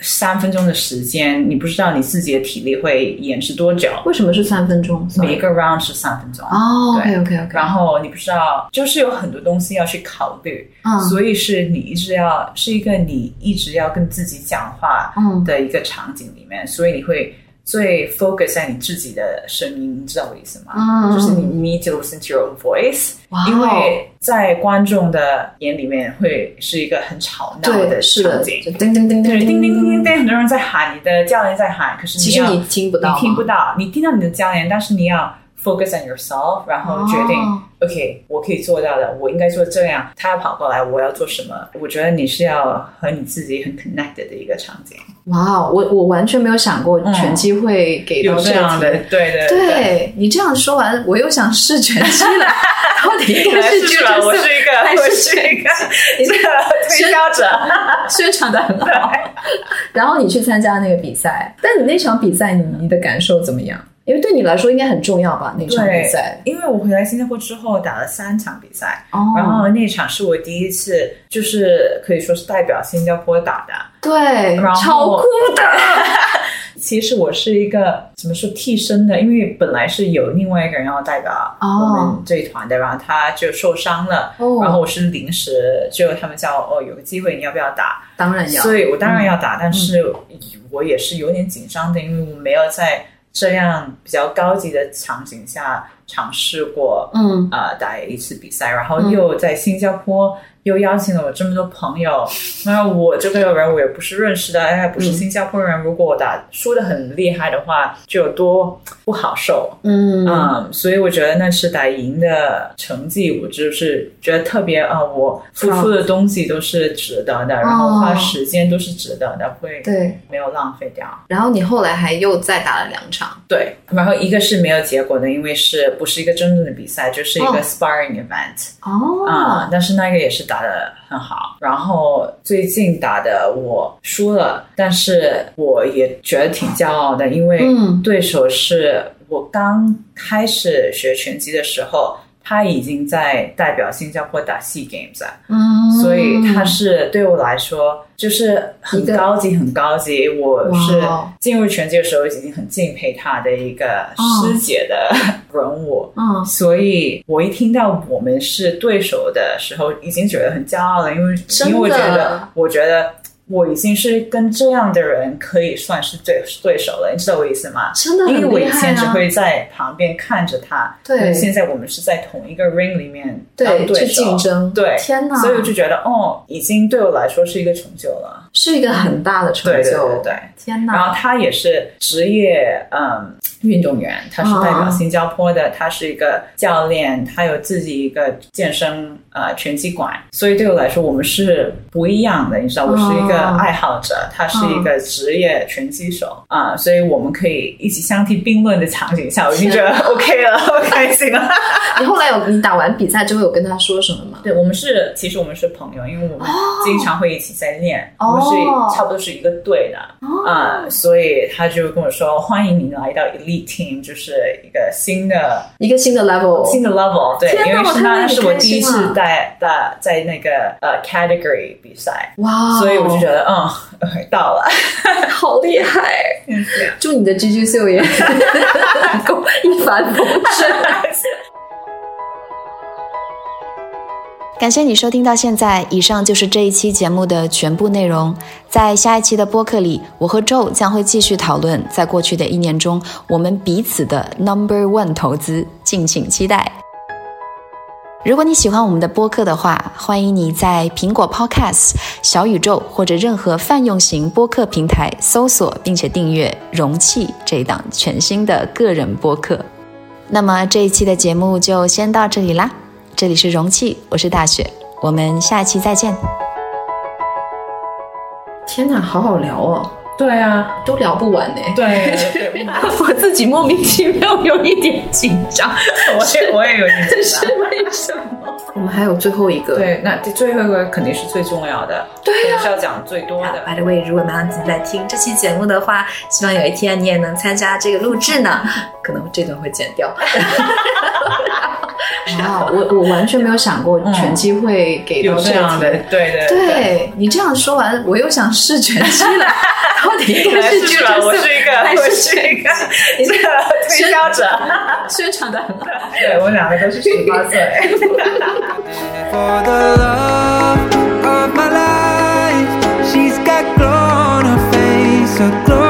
B: 三分钟的时间，你不知道你自己的体力会延迟多久，
A: 为什么是三分钟？
B: 每一个 round 是三分钟，
A: 哦
B: 对
A: ，OK OK OK，
B: 然后你不知道，就是有很多东西要去考虑，
A: 嗯
B: 所以是你一直要是一个你一直要跟自己讲话
A: 嗯，
B: 的一个场景里面，所以你会最 focus 在你自己的声音，你知道我意思吗？
A: 嗯
B: 就是你 need to listen to your voice，、
A: 哇哦
B: 因为在观众的眼里面会是一个很吵闹
A: 对
B: 的
A: 是的，
B: 场
A: 就
B: 景。
A: 叮叮叮
B: 对，叮叮叮叮
A: 叮，
B: 叮，很多人在喊，你的教练在喊，可是
A: 其实
B: 要
A: 你听不到，
B: 你听不。到，你听到你的教练，但是你要 focus on yourself，然后决定、
A: 哦
B: OK，我可以做到的，我应该做这样。他跑过来，我要做什么？我觉得你是要和你自己很 connected 的一个场景，
A: 哇，哦我我完全没有想过
B: 嗯
A: 拳击会给到
B: 有这
A: 这
B: 样
A: 题
B: 的，对对
A: 对你这样说完，我又想试拳击
B: <laughs>
A: 了。到底应该
B: 是
A: 是
B: 是
A: j
B: 吧？
A: u
B: 我是一个，
A: 还
B: 我
A: 是
B: 是一个
A: 你
B: 这个推销者。
A: <laughs> 宣传的很好。
B: 对
A: 然后你去参加那个比赛，但你那场比赛你你的感受怎么样？因为对你来说应该很重要吧？那场比赛，
B: 因为我回来新加坡之后打了三场比赛，
A: 哦
B: 然后那场是我第一次，就是可以说是代表新加坡打的。
A: 对
B: 然，后
A: 超酷的，
B: 其实我是一个怎么说替身的，因为本来是有另外一个人要代表我
A: 哦
B: 们这一团的，然后他就受伤了，
A: 哦
B: 然后我是临时，就他们叫我哦有个机会你要不要打，
A: 当然要，
B: 所以我当然要打，但是我也是有点紧张的，因为我没有在这样比较高级的场景下尝试过，
A: 嗯，
B: 呃打一次比赛，然后
A: 嗯
B: 又在新加坡又邀请了我这么多朋友，那我这个人我也不是认识的，哎，不是
A: 嗯
B: 新加坡人，如果我打输的很厉害的话，就有多不好受。
A: 嗯
B: 嗯，所以我觉得那次打赢的成绩，我就是觉得特别啊、我付出的东西都是值得的，然后花时间都是值得的，会
A: 哦对。
B: 没有浪费掉。
A: 然后你后来还又再打了两场，
B: 对，然后一个是没有结果的，因为是不是一个真正的比赛，就是一个
A: 哦
B: sparring event，、啊、
A: 哦，
B: 但是那个也是打的很好。然后最近打的我输了，但是我也觉得挺骄傲的，因为
A: 嗯
B: 对手是我刚开始学拳击的时候，他已经在代表新加坡打 SEA Games 了，
A: 嗯，
B: 所以他是对我来说就是很
A: 一个
B: 高级、很高级。我是
A: 哇哦
B: 进入拳击的时候已经很敬佩他的一个
A: 哦
B: 师姐
A: <laughs>
B: 的人物。
A: 嗯，
B: 所以我一听到我们是对手的时候，已经觉得很骄傲了，因为
A: 真的
B: 因为我觉得，我觉得我已经是跟这样的人可以算是对对手了，你知道我意思吗？
A: 真的
B: 因为
A: 很
B: 我
A: 厉
B: 以
A: 害
B: 前只
A: 啊，
B: 会在旁边看着他，
A: 对
B: 可是现在我们是在同一个 ring 里面当
A: 对，
B: 对
A: 去
B: 手
A: 竞争，
B: 对，
A: 天哪，
B: 所以我就觉得，哦，已经对我来说是一个成就了，
A: 是一个很大的成
B: 对
A: 就，
B: 对对对。
A: 天
B: 然后
A: 哪，
B: 他也是职业嗯运动员，他是代表新加坡的，他是一个教练，他有自己一个健身呃拳击馆，所以对我来说我们是不一样的，你知道，我是一个
A: 哦
B: 爱好者，他是一个职业拳击手啊、所以我们可以一起相提并论的场景下，我已经觉得 <laughs> OK 了，我开心了。
A: 你哎后来有你打完比赛之后有跟他说什么吗？
B: 对，我们是其实我们是朋友，因为我们经常会一起在练，
A: 哦
B: 我们是差不多是一个队的啊、所以他就跟我说，欢迎你来到 Elite Team，就是一个新的
A: 一个新的 level，
B: 新的 level，对，
A: 天哪
B: 因为
A: 我
B: 是
A: 看到
B: 那
A: 你
B: 是我
A: 开
B: 第一
A: 心
B: 次
A: 了
B: 在在在那个呃 category 比赛。
A: 哇哦，
B: 所以我就觉得，嗯， <laughs>
A: <laughs>
B: 到了，
A: 好厉害，祝你的 GG 秀也 <laughs> 能够一帆风顺。
B: <laughs>
C: 感谢你收听到现在，以上就是这一期节目的全部内容。在下一期的播客里，我和 Joe 将会继续讨论在过去的一年中我们彼此的 Number One 投资，敬请期待。如果你喜欢我们的播客的话，欢迎你在苹果 Podcast、小宇宙或者任何泛用型播客平台搜索并且订阅《容器》这一档全新的个人播客。那么这一期的节目就先到这里啦。这里是容器，我是大雪，我们下期再见。
A: 天哪，好好聊哦，
B: <laughs> 对啊，
A: 都聊不完呢。 <laughs>
B: 对，对
A: 我自己莫名其妙有一点紧张， <laughs>
B: 我也我也有点紧张。 <laughs>
A: 是为什么？我们还有最后一个，
B: 对，那最后一个肯定是最重要的，
A: 对啊
B: 呀、是要讲最多
A: 好
B: 的。
A: ，by the way，如果麻烦你在听这期节目的话，希望有一天你也能参加这个录制呢。可能这段会剪掉。啊，我我完全没有想过
B: 嗯
A: 拳击会给
B: 有
A: 到
B: 这
A: 这
B: 样的
A: 题，
B: 对对
A: 对你这样说完，我又想试拳击
B: <laughs>
A: 了。到底应该是
B: 是
A: 决
B: 吧？
A: 胜
B: 我是一个，
A: 还
B: 我
A: 是
B: 是
A: 拳
B: 一
A: 击
B: 个？
A: 你
B: 这
A: 这
B: 个推销者。
A: 宣传的很好。
B: <laughs> 对我们两个都是十八岁。
D: For the love of my life, she's got glow on her face, a glow